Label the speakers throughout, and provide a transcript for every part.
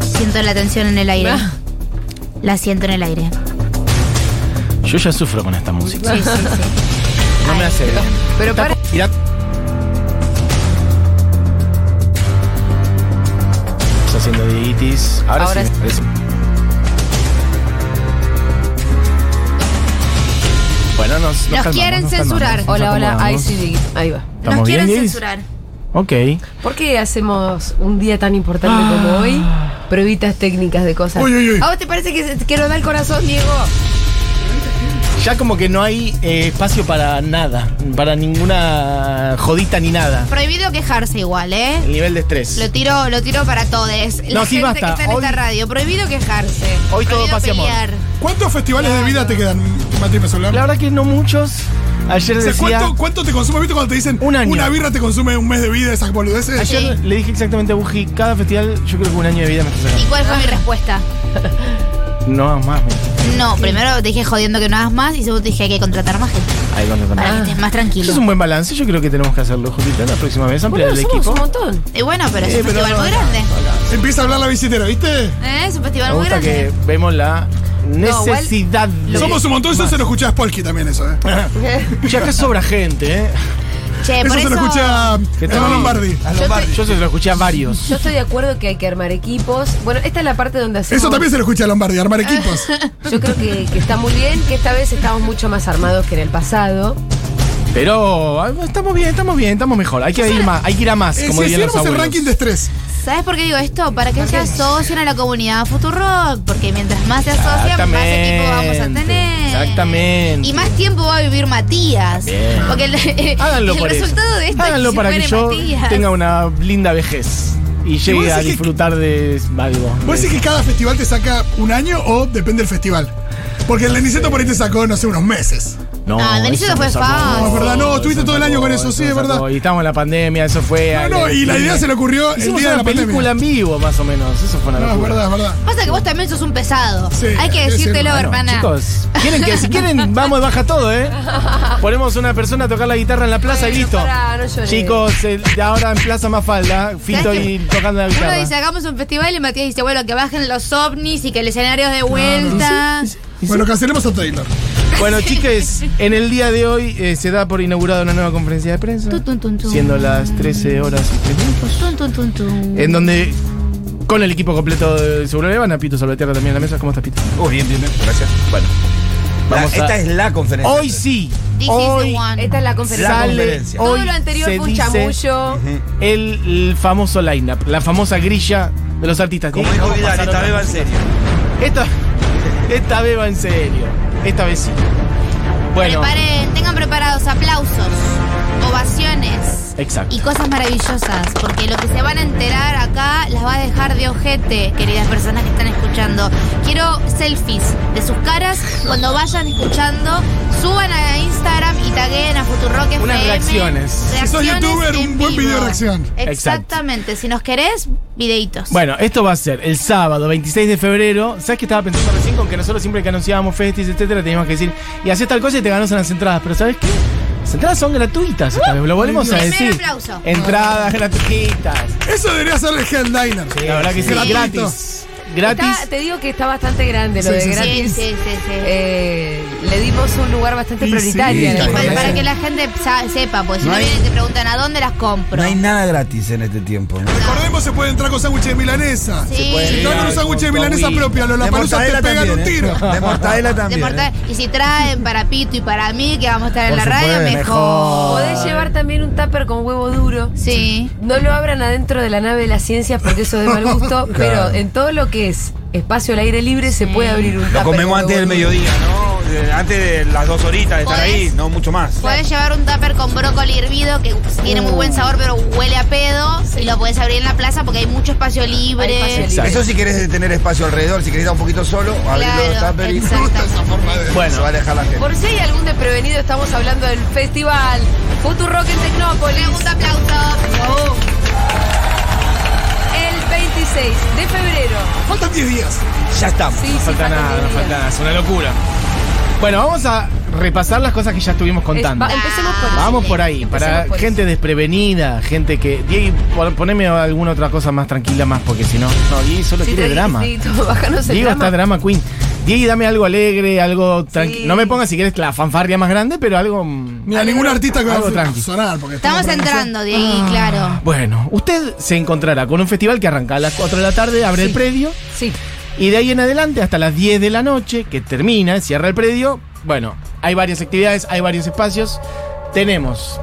Speaker 1: siento la tensión en el aire.
Speaker 2: Ah,
Speaker 1: La siento en el aire.
Speaker 3: Yo ya sufro con esta música.
Speaker 1: Sí, sí, sí.
Speaker 3: No me hace bien.
Speaker 2: Pero para.
Speaker 3: Mirá. Está haciendo dieguitis. Ahora,
Speaker 2: Ahora
Speaker 3: sí.
Speaker 2: sí.
Speaker 3: parece. Bueno, nos, nos,
Speaker 1: Nos
Speaker 3: calmamos,
Speaker 1: quieren
Speaker 3: calmamos,
Speaker 1: censurar.
Speaker 3: nos
Speaker 2: Hola, hola. Ahí
Speaker 3: acomodamos.
Speaker 2: sí, Diggy. Ahí va.
Speaker 3: ¿Estamos
Speaker 1: Nos quieren
Speaker 3: bien, Dieguis?
Speaker 1: censurar.
Speaker 3: Ok.
Speaker 2: ¿Por qué hacemos un día tan importante como hoy? Pruebitas técnicas de cosas.
Speaker 3: Ah. Uy, uy, uy.
Speaker 2: ¿A vos te parece que, se- que lo da el corazón, Diego?
Speaker 3: Ya como que no hay eh, espacio para nada. Para ninguna jodita ni nada.
Speaker 1: Prohibido quejarse igual, ¿eh?
Speaker 3: El nivel de estrés.
Speaker 1: Lo tiro, lo tiro para todos. La
Speaker 3: No, sí,
Speaker 1: gente
Speaker 3: basta.
Speaker 1: que está en
Speaker 3: Hoy-
Speaker 1: esta radio. Prohibido quejarse.
Speaker 3: Hoy todo
Speaker 1: prohibido
Speaker 3: paz y amor.
Speaker 1: pelear.
Speaker 4: ¿Cuántos festivales de vida te quedan, Mati Mesolán?
Speaker 3: La verdad que no muchos. Ayer
Speaker 4: O sea,
Speaker 3: decía...
Speaker 4: ¿cuánto, cuánto te consume? ¿Viste cuando te dicen
Speaker 3: Un año.
Speaker 4: una birra te consume un mes de vida, esas boludeces?
Speaker 3: Ayer
Speaker 1: Sí.
Speaker 3: le dije exactamente a Buji, cada festival yo creo que un año de vida me está
Speaker 1: ¿Y
Speaker 3: sacando.
Speaker 1: cuál fue mi respuesta?
Speaker 3: No más, me-
Speaker 1: No, primero te dije jodiendo que no hagas más y segundo te dije hay que contratar más gente.
Speaker 3: ahí con
Speaker 1: Para que estés más tranquilo.
Speaker 3: Eso es Ah. un buen balance, yo creo que tenemos que hacerlo, Julita, la próxima vez, ampliar
Speaker 2: Bueno,
Speaker 3: el
Speaker 2: somos
Speaker 3: equipo.
Speaker 2: un montón.
Speaker 1: Y bueno, pero es
Speaker 3: Eh,
Speaker 1: un
Speaker 3: pero
Speaker 1: festival
Speaker 3: no,
Speaker 1: muy
Speaker 3: no,
Speaker 1: grande.
Speaker 4: Empieza a hablar la billetera, ¿viste?
Speaker 1: ¿Eh? Es un festival
Speaker 3: Me
Speaker 1: muy
Speaker 3: gusta
Speaker 1: grande.
Speaker 3: que vemos la
Speaker 2: igual-
Speaker 3: necesidad de...
Speaker 4: Somos un montón, eso se lo escucha a Spolky también, eso, ¿eh?
Speaker 3: Ya acá sobra gente, ¿eh?
Speaker 1: Che,
Speaker 4: Eso
Speaker 1: por
Speaker 4: se
Speaker 1: eso.
Speaker 4: lo escucha a
Speaker 3: ¿Qué tal?
Speaker 4: Hernán Lombardi.
Speaker 3: Yo se lo escuché a varios.
Speaker 2: Yo estoy de acuerdo que hay que armar equipos. Bueno, esta es la parte donde hacemos.
Speaker 4: Eso también se lo escucha a Lombardi, armar equipos. Eh,
Speaker 2: Yo creo que, que está muy bien, que esta vez estamos mucho más armados que en el pasado.
Speaker 3: Pero ah, estamos bien, estamos bien, estamos mejor. Hay que ir más, hay que ir a más,
Speaker 4: Eh,
Speaker 3: como
Speaker 4: si
Speaker 3: dirían los
Speaker 4: hiciéramos el
Speaker 3: abuelos.
Speaker 4: ranking de estrés,
Speaker 1: ¿Sabes por qué digo esto? Para que se asocien a la comunidad Futurock. Porque mientras más se asocian, más equipo vamos a tener.
Speaker 3: Exactamente.
Speaker 1: Y más tiempo va a vivir Matías.
Speaker 3: Bien.
Speaker 1: Porque el,
Speaker 3: Háganlo
Speaker 1: el
Speaker 3: por eso.
Speaker 1: resultado de esto
Speaker 3: Háganlo
Speaker 1: es que se
Speaker 3: para que
Speaker 1: muere
Speaker 3: yo
Speaker 1: Matías.
Speaker 3: tenga una linda vejez y
Speaker 4: vos
Speaker 3: llegue a
Speaker 4: decís que-
Speaker 3: disfrutar de algo.
Speaker 4: ¿vos decís que cada festival te saca un año o depende del festival? Porque el Leniceto por ahí te sacó, no sé, unos meses.
Speaker 3: No,
Speaker 1: Ah, el Delicioso
Speaker 3: eso
Speaker 1: fue
Speaker 3: nos sacó,
Speaker 1: fácil. No,
Speaker 4: es verdad, no,
Speaker 3: eso
Speaker 4: estuviste
Speaker 3: nos
Speaker 4: todo el
Speaker 3: sacó,
Speaker 4: año con eso,
Speaker 3: nos
Speaker 4: sí, es
Speaker 3: sacó.
Speaker 4: verdad.
Speaker 3: Y estábamos en la pandemia, eso fue.
Speaker 4: No,
Speaker 3: al-
Speaker 4: no, y la idea se le ocurrió el
Speaker 3: Hicimos
Speaker 4: día de
Speaker 3: una
Speaker 4: la
Speaker 3: película
Speaker 4: pandemia.
Speaker 3: en vivo, más o menos. Eso fue una
Speaker 4: No, es
Speaker 3: locura.
Speaker 4: verdad, es verdad.
Speaker 1: Pasa que vos también sos un pesado.
Speaker 4: Sí,
Speaker 1: Hay que
Speaker 4: es
Speaker 1: decírtelo,
Speaker 4: cierto.
Speaker 3: Bueno,
Speaker 1: hermana.
Speaker 3: chicos, quieren que si quieren vamos de baja todo, ¿eh? Ponemos una persona a tocar la guitarra en la plaza y
Speaker 2: Bueno,
Speaker 3: listo.
Speaker 2: pará, no llores.
Speaker 3: chicos, el- de ahora en Plaza Mafalda, Fito
Speaker 1: ¿Sabés
Speaker 3: y
Speaker 1: qué?
Speaker 3: tocando la
Speaker 1: Uno
Speaker 3: guitarra.
Speaker 1: dice, hagamos un festival y Matías dice, bueno, que bajen los ovnis y que el escenario es de vuelta.
Speaker 4: Bueno, cancelemos a Taylor.
Speaker 3: Bueno, chicos, en el día de hoy eh, se da por inaugurada una nueva conferencia de prensa,
Speaker 1: Tu, tu, tu, tu.
Speaker 3: siendo las 13 horas y 3 minutos,
Speaker 1: Tun, tun, tun, tun.
Speaker 3: en donde con el equipo completo de Seguro Le van a Pito Salvatierra también en la mesa. ¿Cómo estás, Pito?
Speaker 5: Oh, bien, bien, bien. Gracias. Bueno.
Speaker 3: Vamos
Speaker 5: La- esta
Speaker 3: a-
Speaker 5: es la conferencia.
Speaker 3: Hoy sí,
Speaker 1: This is the
Speaker 3: hoy
Speaker 1: one.
Speaker 2: Esta es la conferencia.
Speaker 5: La
Speaker 3: sale,
Speaker 5: conferencia.
Speaker 3: hoy
Speaker 2: Todo lo anterior
Speaker 3: se
Speaker 2: fue un
Speaker 3: dice
Speaker 2: chamullo.
Speaker 3: el, el famoso lineup, la famosa grilla de los artistas.
Speaker 5: Como
Speaker 3: Diego,
Speaker 5: dijo Vidal,
Speaker 3: pasaron
Speaker 5: esta vez va en
Speaker 3: los-
Speaker 5: serio.
Speaker 3: Esta, esta vez va en serio, esta vez sí. Bueno,
Speaker 1: Preparen, tengan preparados aplausos, ovaciones
Speaker 3: exacto.
Speaker 1: y cosas maravillosas, porque lo que se van a enterar acá las va a dejar de ojete, queridas personas que están escuchando. Quiero selfies de sus caras cuando vayan escuchando, suban a Instagram y taguen a Futurock FM.
Speaker 3: Unas reacciones. Si
Speaker 4: sos
Speaker 1: Reacciones
Speaker 4: youtuber,
Speaker 1: en
Speaker 4: un buen
Speaker 1: vivo.
Speaker 4: video de reacción.
Speaker 1: Exactamente, si nos querés, videitos.
Speaker 3: Bueno, esto va a ser el sábado 26 de febrero. ¿Sabes qué estaba pensando recién? Con que nosotros siempre que anunciábamos festis, etcétera, teníamos que decir, y haces tal cosa y te ganas las entradas. Pero ¿sabes qué? Las entradas son gratuitas esta
Speaker 2: Uh,
Speaker 3: vez, lo volvemos a
Speaker 1: Primer
Speaker 3: decir.
Speaker 1: aplauso.
Speaker 3: Entradas gratuitas.
Speaker 4: Eso debería ser el Headliner.
Speaker 3: La verdad que sí,
Speaker 4: Gratuito.
Speaker 3: gratis. Gratis.
Speaker 2: Está- te digo que está bastante grande lo
Speaker 4: Sí,
Speaker 2: de
Speaker 4: sí, sí.
Speaker 1: sí, sí,
Speaker 2: gratis.
Speaker 1: sí, sí.
Speaker 2: Eh, le dimos un lugar bastante
Speaker 4: Sí,
Speaker 2: prioritario.
Speaker 4: sí,
Speaker 2: en el
Speaker 4: tal
Speaker 1: Para,
Speaker 2: programa.
Speaker 1: para que la gente sa- sepa, porque si
Speaker 5: No
Speaker 1: no
Speaker 5: hay-
Speaker 1: vienen y te preguntan a dónde las compro.
Speaker 5: No hay nada gratis en este tiempo. ¿no?
Speaker 4: Recordemos, se puede entrar con sándwiches de milanesa.
Speaker 1: Sí. Se puede
Speaker 4: Si traen un
Speaker 5: Con-
Speaker 4: sándwich de
Speaker 5: con
Speaker 4: milanesa
Speaker 5: Wii.
Speaker 4: propia, los
Speaker 5: De
Speaker 4: lapaluzas te
Speaker 5: mortadela
Speaker 4: pegan un
Speaker 5: también,
Speaker 4: tiro.
Speaker 5: ¿eh? De mortadela
Speaker 1: De
Speaker 5: también.
Speaker 1: portal.
Speaker 5: ¿eh?
Speaker 1: Y si traen para Pito y para mí, que vamos a estar en
Speaker 5: Por
Speaker 1: la radio,
Speaker 5: supuesto,
Speaker 1: mejor.
Speaker 2: Podés llevar también un tupper con huevo duro.
Speaker 1: Sí.
Speaker 2: No lo abran adentro de la nave de las ciencias porque eso es de mal gusto, pero en todo lo que es espacio al aire libre se puede abrir un
Speaker 5: Lo
Speaker 2: tupper con
Speaker 5: comemos antes
Speaker 2: huevo
Speaker 5: del
Speaker 2: duro.
Speaker 5: mediodía, ¿no? De- Antes de las dos horitas de estar
Speaker 1: ¿Podés?
Speaker 5: ahí, no mucho más.
Speaker 1: Podés llevar un tupper con brócoli hervido que tiene muy buen sabor, pero huele a pedo. Y lo podés abrir en la plaza porque hay mucho espacio libre.
Speaker 2: Hay espacio
Speaker 3: Exacto.
Speaker 5: Eso si querés tener espacio alrededor, si querés estar un poquito solo, abrirlo de
Speaker 1: Claro,
Speaker 5: tupper y
Speaker 1: exacto.
Speaker 3: Bueno.
Speaker 5: se va a dejar la gente.
Speaker 2: Por si hay algún desprevenido, estamos hablando del festival Futurock en Tecnópolis.
Speaker 1: Un aplauso.
Speaker 2: Oh. El 26 de febrero.
Speaker 4: Faltan 10 días.
Speaker 5: Ya estamos.
Speaker 2: Sí, sí,
Speaker 3: falta
Speaker 2: faltan
Speaker 3: nada,
Speaker 2: diez
Speaker 3: no
Speaker 2: días.
Speaker 3: falta nada, es una locura. Bueno, vamos a repasar las cosas que ya estuvimos contando.
Speaker 2: va- empecemos por
Speaker 3: Vamos por ahí,
Speaker 2: Empecemos
Speaker 3: para
Speaker 2: por
Speaker 3: gente desprevenida, gente que. Diego, pon- poneme alguna otra cosa más tranquila, más porque si no. No, Diego solo
Speaker 2: Sí,
Speaker 3: quiere
Speaker 2: tranqui-
Speaker 3: drama.
Speaker 2: sí, todo, bájanos el
Speaker 3: Diego
Speaker 2: drama.
Speaker 3: está drama queen. Diego, dame algo alegre, algo tranquilo.
Speaker 2: Sí.
Speaker 3: No me pongas si quieres la fanfarria más grande, pero algo. mm,
Speaker 4: Mira, ningún artista que va
Speaker 3: Algo
Speaker 4: a
Speaker 3: tranqui.
Speaker 4: sonar. Porque
Speaker 1: Estamos
Speaker 4: para
Speaker 1: entrando, Diego, claro.
Speaker 3: Bueno, usted se encontrará con un festival que arranca a las 4 de la tarde, abre el
Speaker 2: Sí.
Speaker 3: predio,
Speaker 2: Sí.
Speaker 3: y de ahí en adelante hasta las 10 de la noche, que termina, cierra el predio. Bueno, hay varias actividades, hay varios espacios. Tenemos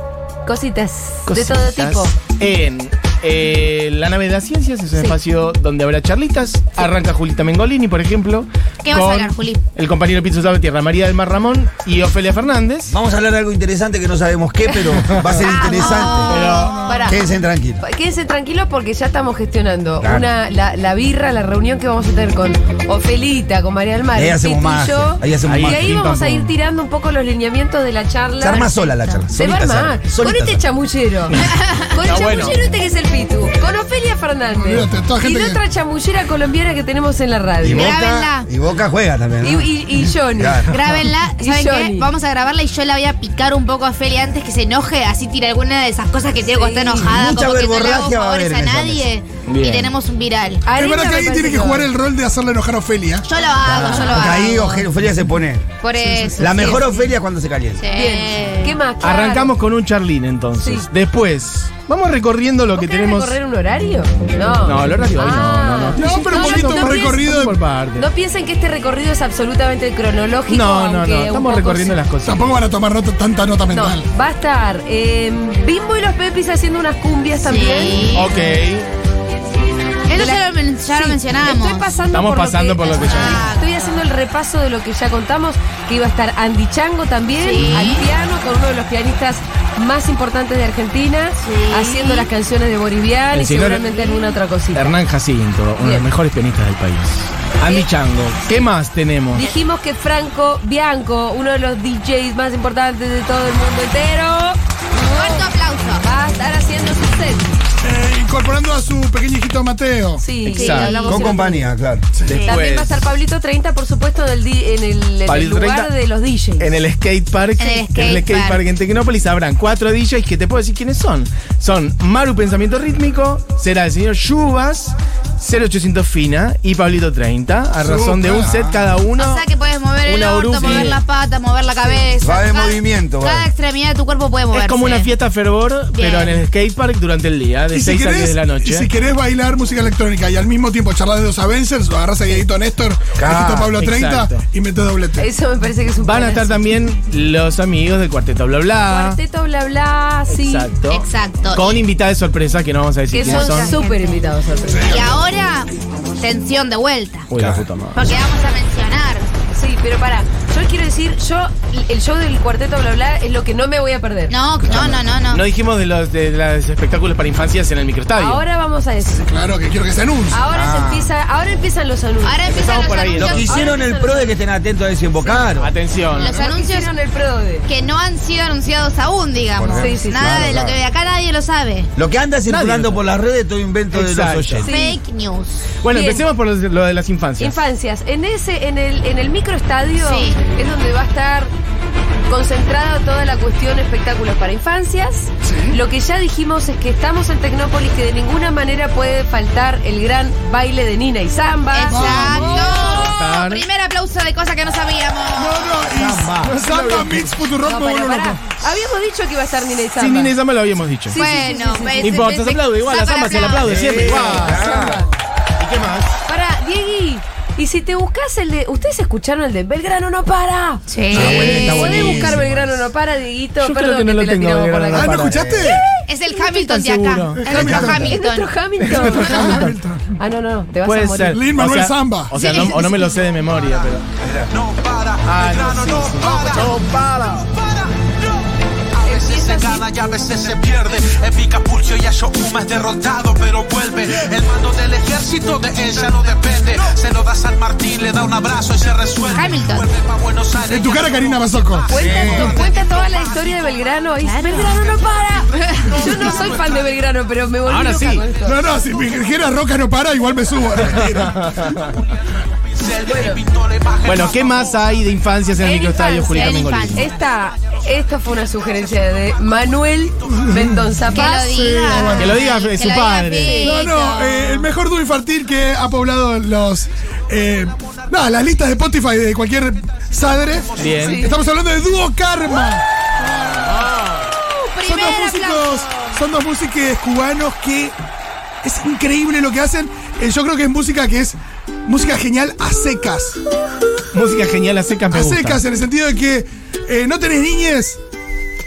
Speaker 2: Cositas,
Speaker 3: cositas
Speaker 2: de todo tipo.
Speaker 3: En eh, la nave de las ciencias, es un
Speaker 2: Sí.
Speaker 3: espacio donde habrá charlitas. Arranca Julita Mengolini, por ejemplo.
Speaker 1: ¿Qué vas a
Speaker 3: con
Speaker 1: hablar, Juli?
Speaker 3: El compañero Pizzo Sabe Tierra, María del Mar Ramón y Ofelia Fernández.
Speaker 5: Vamos a hablar de algo interesante que no sabemos qué, pero va a ser
Speaker 1: Ah,
Speaker 5: interesante.
Speaker 2: Pará.
Speaker 5: Quédense tranquilos.
Speaker 2: Quédense tranquilos porque ya estamos gestionando
Speaker 5: Claro.
Speaker 2: una, la, la birra, la reunión que vamos a tener con Ofelita, con María del Mar,
Speaker 5: Ahí
Speaker 2: Pitu
Speaker 5: hacemos
Speaker 2: y
Speaker 5: magia,
Speaker 2: yo.
Speaker 5: ahí hacemos
Speaker 2: y
Speaker 5: magia.
Speaker 2: ahí
Speaker 3: Pim,
Speaker 2: vamos
Speaker 3: pam,
Speaker 2: a ir
Speaker 3: pum.
Speaker 2: tirando un poco los lineamientos de la charla.
Speaker 5: Se arma sola la charla.
Speaker 2: Se va a
Speaker 5: solita
Speaker 2: armar.
Speaker 5: sale, solita
Speaker 2: con este
Speaker 5: sale.
Speaker 2: chamullero. con el
Speaker 3: Está
Speaker 2: chamullero
Speaker 3: bueno.
Speaker 2: este que es el Pitu. Con Ofelia Fernández.
Speaker 4: Olvídate, toda
Speaker 2: Y
Speaker 4: gente
Speaker 2: la
Speaker 4: que-
Speaker 2: otra chamullera colombiana que tenemos en la
Speaker 5: Y
Speaker 2: radio.
Speaker 1: vos-
Speaker 5: Boca,
Speaker 1: Grábenla.
Speaker 5: y Boca juega también.
Speaker 2: Y,
Speaker 5: ¿no?
Speaker 2: y, y Johnny.
Speaker 5: Claro.
Speaker 1: Grábenla,
Speaker 2: Y
Speaker 1: ¿saben qué?
Speaker 2: Johnny.
Speaker 1: Vamos a grabarla y yo la voy a picar un poco a Feli antes que se enoje, así tira alguna de esas cosas que tengo
Speaker 2: Sí.
Speaker 1: que está enojada,
Speaker 5: Mucha
Speaker 1: como que no le hago
Speaker 5: verborragia va a haber
Speaker 1: favores a
Speaker 5: en esa
Speaker 1: nadie y
Speaker 3: Bien.
Speaker 1: tenemos un viral. Ah,
Speaker 2: Arena me
Speaker 4: Es verdad que alguien
Speaker 2: parece
Speaker 4: tiene que
Speaker 2: va.
Speaker 4: jugar el rol de hacerle enojar a Ofelia.
Speaker 1: Yo lo hago, ah, yo lo
Speaker 5: Ah, Porque ahí
Speaker 1: hago.
Speaker 5: Oje- Ofelia se pone.
Speaker 1: Por eso.
Speaker 5: La
Speaker 1: sí.
Speaker 5: mejor Ofelia es cuando se calienta.
Speaker 1: Sí.
Speaker 2: Bien. ¿Qué más? Claro.
Speaker 3: Arrancamos con un charlín entonces.
Speaker 2: Sí.
Speaker 3: Después, vamos recorriendo lo
Speaker 2: ¿Vos
Speaker 3: que
Speaker 2: querés
Speaker 3: tenemos.
Speaker 2: recorrer un horario? No.
Speaker 3: No, el horario hoy no,
Speaker 2: Ah.
Speaker 3: no, no.
Speaker 4: No, pero
Speaker 2: No,
Speaker 4: un poquito,
Speaker 2: no, no pienso-
Speaker 4: un recorrido.
Speaker 3: Por
Speaker 4: de-
Speaker 3: parte.
Speaker 2: No piensen que este recorrido es absolutamente cronológico.
Speaker 3: No, no,
Speaker 2: aunque
Speaker 3: no.
Speaker 2: un
Speaker 3: Estamos
Speaker 2: poco
Speaker 3: recorriendo
Speaker 2: sí.
Speaker 3: las cosas.
Speaker 4: Tampoco van a tomar nota- tanta nota
Speaker 2: No,
Speaker 4: mental.
Speaker 2: va a estar eh, Bimbo y los Pepis haciendo unas cumbias también.
Speaker 1: Sí.
Speaker 3: Oh. Ok.
Speaker 1: Eso ya lo, men- ya lo
Speaker 2: Sí,
Speaker 1: mencionamos.
Speaker 2: Estoy pasando
Speaker 3: Estamos
Speaker 2: por lo Ah,
Speaker 3: pasando por lo que ya-
Speaker 2: Estoy haciendo el repaso de lo que ya contamos, que iba a estar Andy Chango también,
Speaker 1: Sí.
Speaker 2: al piano, con uno de los pianistas más importantes de Argentina,
Speaker 1: Sí.
Speaker 2: haciendo las canciones de Borivian
Speaker 3: El
Speaker 2: y
Speaker 3: señor-
Speaker 2: seguramente alguna otra cosita.
Speaker 3: Hernán Jacinto, uno de los
Speaker 2: Bien.
Speaker 3: mejores pianistas del país. Andy Chango. ¿Qué más tenemos?
Speaker 2: Dijimos que Franco Bianco, uno de los DJs más importantes de todo el mundo entero,
Speaker 1: Fuerte aplauso.
Speaker 2: va a estar haciendo su set.
Speaker 4: Eh, incorporando a su pequeño hijito Mateo.
Speaker 2: Sí,
Speaker 3: Exacto.
Speaker 2: sí, hablamos
Speaker 5: Con
Speaker 2: el otro día.
Speaker 5: compañía, claro.
Speaker 2: También va a estar Pablito 30, por supuesto, en el, di- en el, en el
Speaker 3: Pablito
Speaker 2: lugar
Speaker 3: 30,
Speaker 2: de los DJs.
Speaker 3: En el skate park,
Speaker 1: En el skate
Speaker 3: park.
Speaker 1: park
Speaker 3: en Tecnópolis habrán cuatro DJs que te puedo decir quiénes son. Son Maru Pensamiento Rítmico, será el señor Yubas, 0800 Fina y Pablito 30, a razón de un
Speaker 4: Súper.
Speaker 3: set cada uno.
Speaker 1: O sea que puedes mover el
Speaker 3: Una
Speaker 1: orto,
Speaker 3: oruga.
Speaker 1: mover la pata, mover la cabeza.
Speaker 5: Va a haber
Speaker 1: Cada-
Speaker 5: movimiento, va a
Speaker 1: Cada
Speaker 5: haber.
Speaker 1: extremidad de tu cuerpo puede moverse.
Speaker 3: es como una fiesta fervor,
Speaker 1: Bien.
Speaker 3: pero en el skate park durante el día, de
Speaker 4: Y
Speaker 3: 6 a 10 de la
Speaker 4: y
Speaker 3: noche.
Speaker 4: si querés bailar música electrónica y al mismo tiempo charlar de los Avengers, lo agarras a Dieguito Néstor,
Speaker 5: Claro,
Speaker 4: Dieguito Pablo 30
Speaker 3: exacto.
Speaker 4: y metes doblete.
Speaker 2: Eso me parece que es un
Speaker 3: Van a
Speaker 2: plan.
Speaker 3: estar también los amigos del cuarteto Bla Bla.
Speaker 2: Cuarteto, bla, bla, sí.
Speaker 3: Exacto.
Speaker 1: Exacto.
Speaker 3: Con invitadas sorpresa que no vamos a decir
Speaker 2: Que
Speaker 3: quiénes
Speaker 2: son
Speaker 3: son.
Speaker 2: súper invitados. a hacer.
Speaker 1: Y ahora, tensión de vuelta.
Speaker 3: Uy, la puta madre.
Speaker 1: Porque vamos a mencionar.
Speaker 2: Sí, pero pará. Yo quiero decir, yo, el show del cuarteto, bla, bla, es lo que no me voy a perder.
Speaker 1: No, no, no, no, no.
Speaker 3: No dijimos de los, de los espectáculos para infancias en el microestadio.
Speaker 2: Ahora vamos a eso.
Speaker 4: Claro, que quiero que se anuncie.
Speaker 2: Ahora, se empieza, Ah. ahora empiezan los anuncios.
Speaker 1: Ahora empiezan
Speaker 3: Empezamos
Speaker 1: los
Speaker 3: por ahí.
Speaker 5: Lo
Speaker 1: anuncios.
Speaker 5: que hicieron el pro de que estén atentos a desembocar.
Speaker 3: Atención.
Speaker 1: Los anuncios
Speaker 2: Hicieron el prode.
Speaker 1: que no han sido anunciados aún, digamos.
Speaker 5: Por
Speaker 2: ejemplo. Sí, sí,
Speaker 1: Nada
Speaker 5: claro,
Speaker 1: de lo
Speaker 5: claro.
Speaker 1: que ve acá nadie lo sabe.
Speaker 5: Lo que anda circulando
Speaker 3: Nadie.
Speaker 5: por las redes, todo invento de
Speaker 3: Exacto.
Speaker 5: los oyentes.
Speaker 2: Sí.
Speaker 1: Fake news.
Speaker 3: Bueno,
Speaker 2: Bien.
Speaker 3: empecemos por los- lo de las infancias.
Speaker 2: Infancias. En ese, en el, en el microestadio
Speaker 1: Sí.
Speaker 2: es donde va a estar concentrada toda la cuestión espectáculos para infancias. Lo que ya dijimos es que estamos en Tecnópolis, que de ninguna manera puede faltar el gran baile de Nina y Samba.
Speaker 1: Exacto.
Speaker 3: Vamos.
Speaker 1: Primer aplauso de cosas que no sabíamos.
Speaker 4: No, no, y
Speaker 3: Samba.
Speaker 4: Samba, Samba Mix Futurock
Speaker 2: No,
Speaker 4: me
Speaker 2: pará,
Speaker 4: vuelvo
Speaker 2: pará.
Speaker 4: loco. Ah,
Speaker 2: Habíamos dicho que iba a estar Nina y Samba.
Speaker 3: Sí, Nina y Samba lo habíamos dicho.
Speaker 2: Sí,
Speaker 1: bueno,
Speaker 2: sí,
Speaker 1: pues,
Speaker 3: No importa, se aplaude igual, a
Speaker 1: saca
Speaker 3: Samba se le aplaude siempre.
Speaker 5: Sí, Ah.
Speaker 3: igual.
Speaker 5: claro.
Speaker 3: ¿Y qué más?
Speaker 2: Pará, Diegui. Y si te buscas el de. ¿Ustedes escucharon el de Belgrano no para?
Speaker 1: Sí.
Speaker 5: Ah, bueno, está bueno.
Speaker 2: ¿Podés
Speaker 5: buenísimo.
Speaker 2: buscar Belgrano no para, Dieguito?
Speaker 3: Yo creo
Speaker 2: Perdón
Speaker 3: que no
Speaker 2: te
Speaker 3: lo
Speaker 2: la
Speaker 3: tengo,
Speaker 2: tiramos por
Speaker 3: Belgrano
Speaker 2: la
Speaker 3: no
Speaker 4: Ah, ¿no
Speaker 3: para.
Speaker 4: escuchaste?
Speaker 1: Es el Hamilton de
Speaker 3: tan
Speaker 1: acá.
Speaker 3: seguro.
Speaker 1: Es nuestro
Speaker 2: Es
Speaker 1: Hamilton.
Speaker 2: nuestro Hamilton. ah, no, no, te vas a
Speaker 3: Puede
Speaker 2: morir.
Speaker 3: ser.
Speaker 4: Lin Manuel
Speaker 3: O sea-
Speaker 4: Samba.
Speaker 3: O sea,
Speaker 1: Sí,
Speaker 3: no-
Speaker 1: sí,
Speaker 3: o no
Speaker 1: sí.
Speaker 3: me lo sé de memoria, pero.
Speaker 6: No para,
Speaker 3: Ah,
Speaker 6: Belgrano
Speaker 3: no,
Speaker 6: no,
Speaker 3: sí, sí.
Speaker 6: para,
Speaker 3: para.
Speaker 6: para, no. A veces se gana y a veces se pierde. Epica Pulcio y Ashokuma es derrotado, pero vuelve. El mando del ejército de él ya no depende. Se lo da San Martín, le da un abrazo y se resuelve.
Speaker 1: Hamilton.
Speaker 6: Vuelve pa' Buenos Aires.
Speaker 4: En tu cara, Karina Mazoco.
Speaker 2: Cuenta, to- cuenta toda la historia de Belgrano. Y
Speaker 1: Claro.
Speaker 2: Belgrano no para. Yo no soy fan de Belgrano, pero me volví
Speaker 3: Ahora
Speaker 2: loca
Speaker 3: sí.
Speaker 2: con esto.
Speaker 4: No, no, si me dijera Roca no para, igual me subo. Mentira.
Speaker 3: Bueno, ¿qué más hay de infancias en el
Speaker 2: En
Speaker 3: microestadio,
Speaker 2: infancia,
Speaker 3: Julieta
Speaker 1: en
Speaker 3: Mengolini?
Speaker 1: infancia.
Speaker 2: Esta, esta fue una sugerencia de Manuel Mendonza
Speaker 1: Que
Speaker 2: Paz.
Speaker 1: lo diga.
Speaker 3: Que lo diga su
Speaker 1: diga
Speaker 3: padre.
Speaker 1: Fito.
Speaker 4: No, no, eh, el mejor dúo infantil que ha poblado los. Eh, nada, las listas de Spotify de cualquier sadre.
Speaker 3: Bien.
Speaker 2: Sí.
Speaker 4: Estamos hablando de Dúo Karma. Son dos
Speaker 1: Primer
Speaker 4: músicos,
Speaker 1: aplauso.
Speaker 4: son dos músicos cubanos que es increíble lo que hacen. Eh, yo creo que es música que es música genial a secas.
Speaker 3: Música genial a secas me
Speaker 4: a
Speaker 3: gusta.
Speaker 4: secas, en el sentido de que eh, no tenés niñez.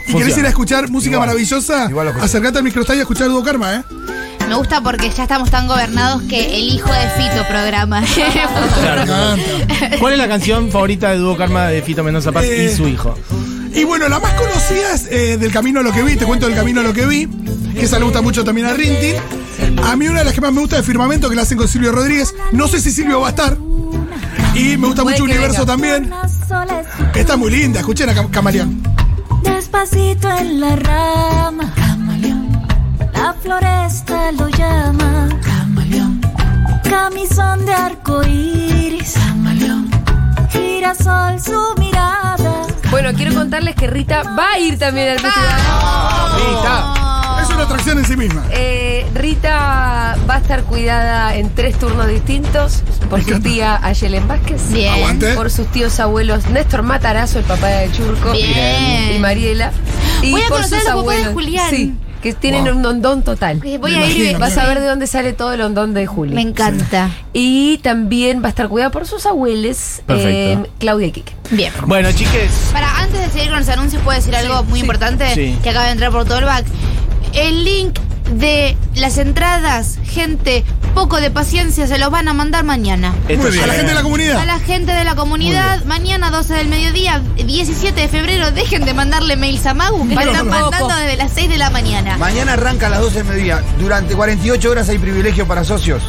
Speaker 4: Y
Speaker 3: Funciona.
Speaker 4: querés ir a escuchar música
Speaker 5: Igual,
Speaker 4: maravillosa,
Speaker 5: igual lo escuché.
Speaker 4: acercate al microestadio a escuchar Dúo Karma, ¿eh?
Speaker 1: Me gusta porque ya estamos tan gobernados que el hijo de Fito programa.
Speaker 3: Claro. ¿Cuál es la canción favorita de Dúo Karma de Fito Mendoza Paz
Speaker 4: Eh,
Speaker 3: y su hijo?
Speaker 4: Y bueno, la más conocida es eh, Del Camino a lo que vi, te cuento del Camino a lo que vi, que esa le gusta mucho también a Rintin. A mí una de las que más me gusta es Firmamento, que la hacen con Silvio Rodríguez. No sé si Silvio va a estar. Y me gusta
Speaker 2: Puede
Speaker 4: mucho
Speaker 2: que venga.
Speaker 4: Universo también.
Speaker 7: sola es
Speaker 4: Está muy linda, escuchen a Cam- Camaleón.
Speaker 7: despacito en la rama. La floresta lo llama. Camisón de arco iris. Girasol su mirada.
Speaker 2: Bueno, quiero contarles que Rita va a ir también al festival.
Speaker 4: Es una atracción en sí misma.
Speaker 2: Eh, Rita va a estar cuidada en tres turnos distintos por su tía Ayelen Vázquez.
Speaker 1: Bien.
Speaker 4: Aguante.
Speaker 2: Por sus tíos abuelos Néstor Matarazo, el papá de Churco.
Speaker 1: Bien.
Speaker 2: Y Mariela. Y
Speaker 1: Voy a
Speaker 2: por
Speaker 1: conocer
Speaker 2: sus
Speaker 1: a los papás de
Speaker 2: abuelos.
Speaker 1: Julián. Eh,
Speaker 2: Sí, que tienen un hondón total.
Speaker 1: Voy a ir.
Speaker 2: Vas a ver de dónde sale todo el hondón de Juli.
Speaker 1: Me encanta.
Speaker 2: Y también va a estar cuidada por sus abuelos,
Speaker 3: Perfecto.
Speaker 2: eh, Claudia y Quique.
Speaker 1: Bien.
Speaker 3: Bueno, chiques.
Speaker 1: Para antes de seguir con los anuncios, puedo decir algo muy importante
Speaker 3: Sí.
Speaker 1: que acaba de entrar por todo el back. El link de las entradas, gente, poco de paciencia, se los van a mandar mañana.
Speaker 3: esto
Speaker 4: Muy
Speaker 3: es-
Speaker 4: bien. A la gente de la
Speaker 1: A
Speaker 4: comunidad.
Speaker 1: la gente de la comunidad, mañana 12 del mediodía, 17 de febrero, dejen de mandarle mails a Magu, que
Speaker 2: Pero
Speaker 1: están
Speaker 2: tampoco.
Speaker 1: mandando desde las 6 de la mañana.
Speaker 5: Mañana arranca a las 12 del mediodía. Durante 48 horas hay privilegio para socios.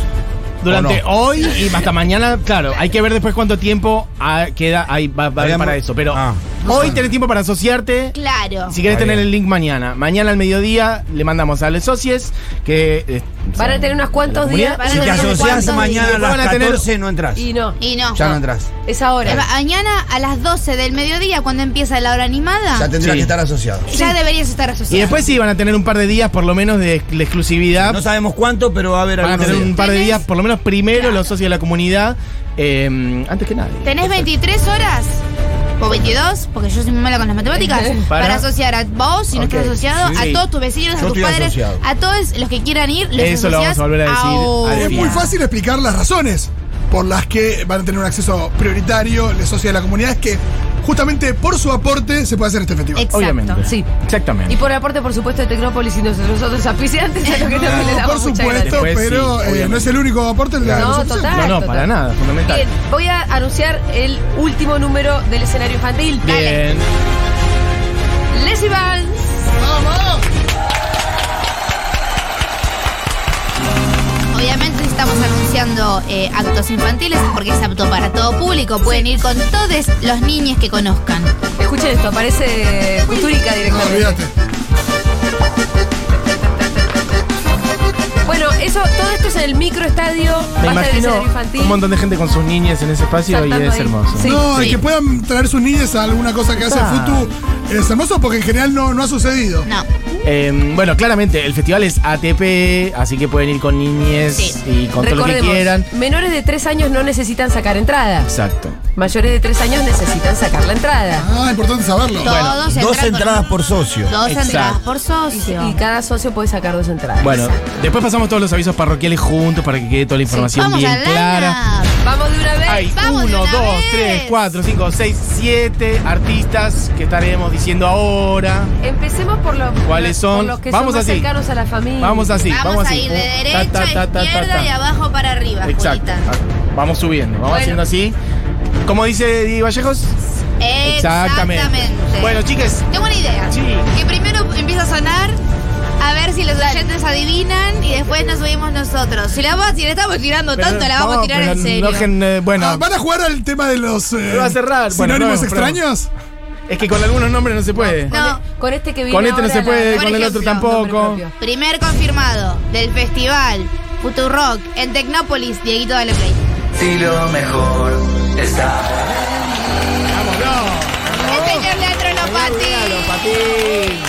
Speaker 3: Durante
Speaker 5: ¿O
Speaker 3: hoy y hasta mañana, claro, hay que ver después cuánto tiempo ah, queda ahí va, va a haber
Speaker 5: Habíamos-
Speaker 3: para eso. Pero
Speaker 5: Ah.
Speaker 3: hoy tenés tiempo para asociarte.
Speaker 1: Claro.
Speaker 3: Si querés
Speaker 5: Está
Speaker 3: tener
Speaker 5: bien.
Speaker 3: el link mañana. Mañana al mediodía le mandamos a los socios que eh,
Speaker 2: Van a tener unos cuantos
Speaker 3: comunidad?
Speaker 2: días.
Speaker 1: Si te
Speaker 2: tener unos
Speaker 1: asociás
Speaker 2: cuantos
Speaker 1: mañana
Speaker 3: a las 14
Speaker 5: no entras.
Speaker 2: días. Y no, Ah.
Speaker 1: Y no.
Speaker 5: Ya no entras.
Speaker 2: es
Speaker 1: Eh,
Speaker 2: ahora.
Speaker 1: ma- Mañana a las 12 del mediodía, cuando empieza la hora animada,
Speaker 5: Ya
Speaker 1: ya,
Speaker 5: tendrías
Speaker 3: Sí.
Speaker 5: que estar asociado.
Speaker 1: deberías estar asociado.
Speaker 3: Y después sí van a tener un par de días por lo menos de ex- la exclusividad.
Speaker 5: sabemos cuánto, pero va a haber
Speaker 3: Ah. van a
Speaker 5: algunos
Speaker 3: tener un
Speaker 5: días.
Speaker 3: par de
Speaker 1: Tenés-
Speaker 3: días, por lo menos primero los socios de la comunidad, eh, antes que nadie.
Speaker 1: Tenés 23 horas o 22, porque yo soy muy mala con las matemáticas, para,
Speaker 3: Para.
Speaker 1: asociar a vos, si no
Speaker 5: Ok,
Speaker 1: estás asociado,
Speaker 3: sí.
Speaker 1: a todos tus vecinos,
Speaker 5: Yo
Speaker 1: a tus
Speaker 5: estoy
Speaker 1: padres,
Speaker 5: asociado.
Speaker 1: a todos los que quieran ir, los
Speaker 3: Eso lo vamos
Speaker 1: asociás
Speaker 3: a volver a decir
Speaker 1: ahora.
Speaker 3: al
Speaker 4: Es muy
Speaker 3: Bien.
Speaker 4: fácil explicar las razones por las que van a tener un acceso prioritario los socios de la comunidad. Es que justamente por su aporte se puede hacer este festival.
Speaker 1: Exacto.
Speaker 3: Obviamente.
Speaker 2: Sí.
Speaker 3: Exactamente.
Speaker 2: Y por aporte, por supuesto, de Tecnópolis y nosotros otros auspiciantes, a lo que también le
Speaker 4: No,
Speaker 2: damos
Speaker 4: por
Speaker 2: muchas
Speaker 4: supuesto,
Speaker 3: Después sí,
Speaker 4: pero eh,
Speaker 3: obviamente.
Speaker 4: no es el único aporte. de la-
Speaker 2: No,
Speaker 4: los socios.
Speaker 2: total.
Speaker 3: no, no,
Speaker 2: total.
Speaker 3: para nada, fundamental.
Speaker 2: gracias. Bien, voy a anunciar el último número del escenario infantil.
Speaker 3: Bien.
Speaker 2: Leslie Vance.
Speaker 1: Obviamente estamos anunciando eh, actos infantiles porque es apto para todo público. Pueden ir con todos los niños que conozcan.
Speaker 2: Escuchen esto, aparece Futurica
Speaker 4: No,
Speaker 2: directamente.
Speaker 4: olvídate.
Speaker 2: bueno, eso, todo esto es en el microestadio.
Speaker 3: Me
Speaker 2: va a
Speaker 3: imagino
Speaker 2: estar el escenario infantil.
Speaker 3: un montón de gente con sus niñas en ese espacio y
Speaker 2: Saltando
Speaker 3: es
Speaker 2: ahí.
Speaker 3: hermoso.
Speaker 2: Sí.
Speaker 4: No, y
Speaker 1: Sí.
Speaker 4: que puedan traer sus niñas a alguna cosa que hace
Speaker 3: Está.
Speaker 4: Futu es hermoso porque en general no, no ha sucedido.
Speaker 1: No.
Speaker 3: Eh, bueno, claramente, el festival es ATP, así que pueden ir con niñes
Speaker 1: Sí.
Speaker 3: y con todo lo que
Speaker 2: Recordemos,
Speaker 3: quieran.
Speaker 2: menores de 3 años no necesitan sacar entrada.
Speaker 3: Exacto.
Speaker 2: Mayores de 3 años necesitan sacar la entrada.
Speaker 4: Ah, importante saberlo.
Speaker 1: Todos entran
Speaker 5: Dos
Speaker 1: con-
Speaker 5: entradas por socio.
Speaker 1: Dos
Speaker 3: Exacto.
Speaker 1: entradas por
Speaker 2: Y,
Speaker 1: socio.
Speaker 2: y cada socio puede sacar dos entradas.
Speaker 3: Bueno, después pasamos todos los avisos parroquiales juntos para que quede toda la información
Speaker 1: Vamos
Speaker 3: bien
Speaker 1: a
Speaker 3: clara.
Speaker 2: Vamos de una vez.
Speaker 3: Hay
Speaker 1: Vamos de
Speaker 3: 1,
Speaker 1: una
Speaker 3: 2,
Speaker 1: vez.
Speaker 3: 3, 4, 5, 6, 7 artistas que estaremos diciendo ahora.
Speaker 2: Empecemos por los,
Speaker 3: ¿Cuáles
Speaker 2: por
Speaker 3: son?
Speaker 2: los que
Speaker 3: Vamos
Speaker 2: son más
Speaker 3: así.
Speaker 2: cercanos a la familia.
Speaker 3: Vamos así,
Speaker 1: vamos,
Speaker 3: vamos,
Speaker 1: a
Speaker 3: así.
Speaker 1: ir de
Speaker 3: Ta,
Speaker 1: derecha
Speaker 3: ta, ta,
Speaker 1: a
Speaker 3: ta,
Speaker 1: izquierda
Speaker 3: ta.
Speaker 1: y abajo para arriba,
Speaker 3: Exacto.
Speaker 1: Julita.
Speaker 3: Ah, Vamos subiendo, vamos
Speaker 2: Bueno.
Speaker 3: haciendo así. Como dice Di Vallejos.
Speaker 1: Exactamente.
Speaker 3: Bueno, chicas,
Speaker 1: Tengo una idea.
Speaker 3: Sí.
Speaker 1: Que primero empieza a sonar, a ver si los oyentes adivinan y después nos subimos nosotros. Si la, vamos, si la estamos tirando
Speaker 3: Pero
Speaker 1: tanto, la vamos
Speaker 3: no,
Speaker 1: a tirar
Speaker 3: pero
Speaker 1: en serio.
Speaker 3: no gen- eh, bueno,
Speaker 4: Ah, ¿Van a jugar al tema de los eh,
Speaker 3: Lo va a cerrar. Bueno,
Speaker 4: sinónimos
Speaker 3: probemos,
Speaker 4: extraños?
Speaker 3: es que con algunos nombres no se puede.
Speaker 1: no.
Speaker 2: Con este que viene
Speaker 3: Con este no
Speaker 2: ahora
Speaker 3: se
Speaker 2: la-
Speaker 3: puede,
Speaker 1: por
Speaker 3: con el
Speaker 1: ejemplo,
Speaker 3: otro
Speaker 2: nombre
Speaker 3: tampoco.
Speaker 2: propio.
Speaker 1: Primer confirmado del festival Futurock en Tecnópolis, Dieguito Dale Play.
Speaker 8: si lo mejor está.
Speaker 1: El señor Leandro Lopati.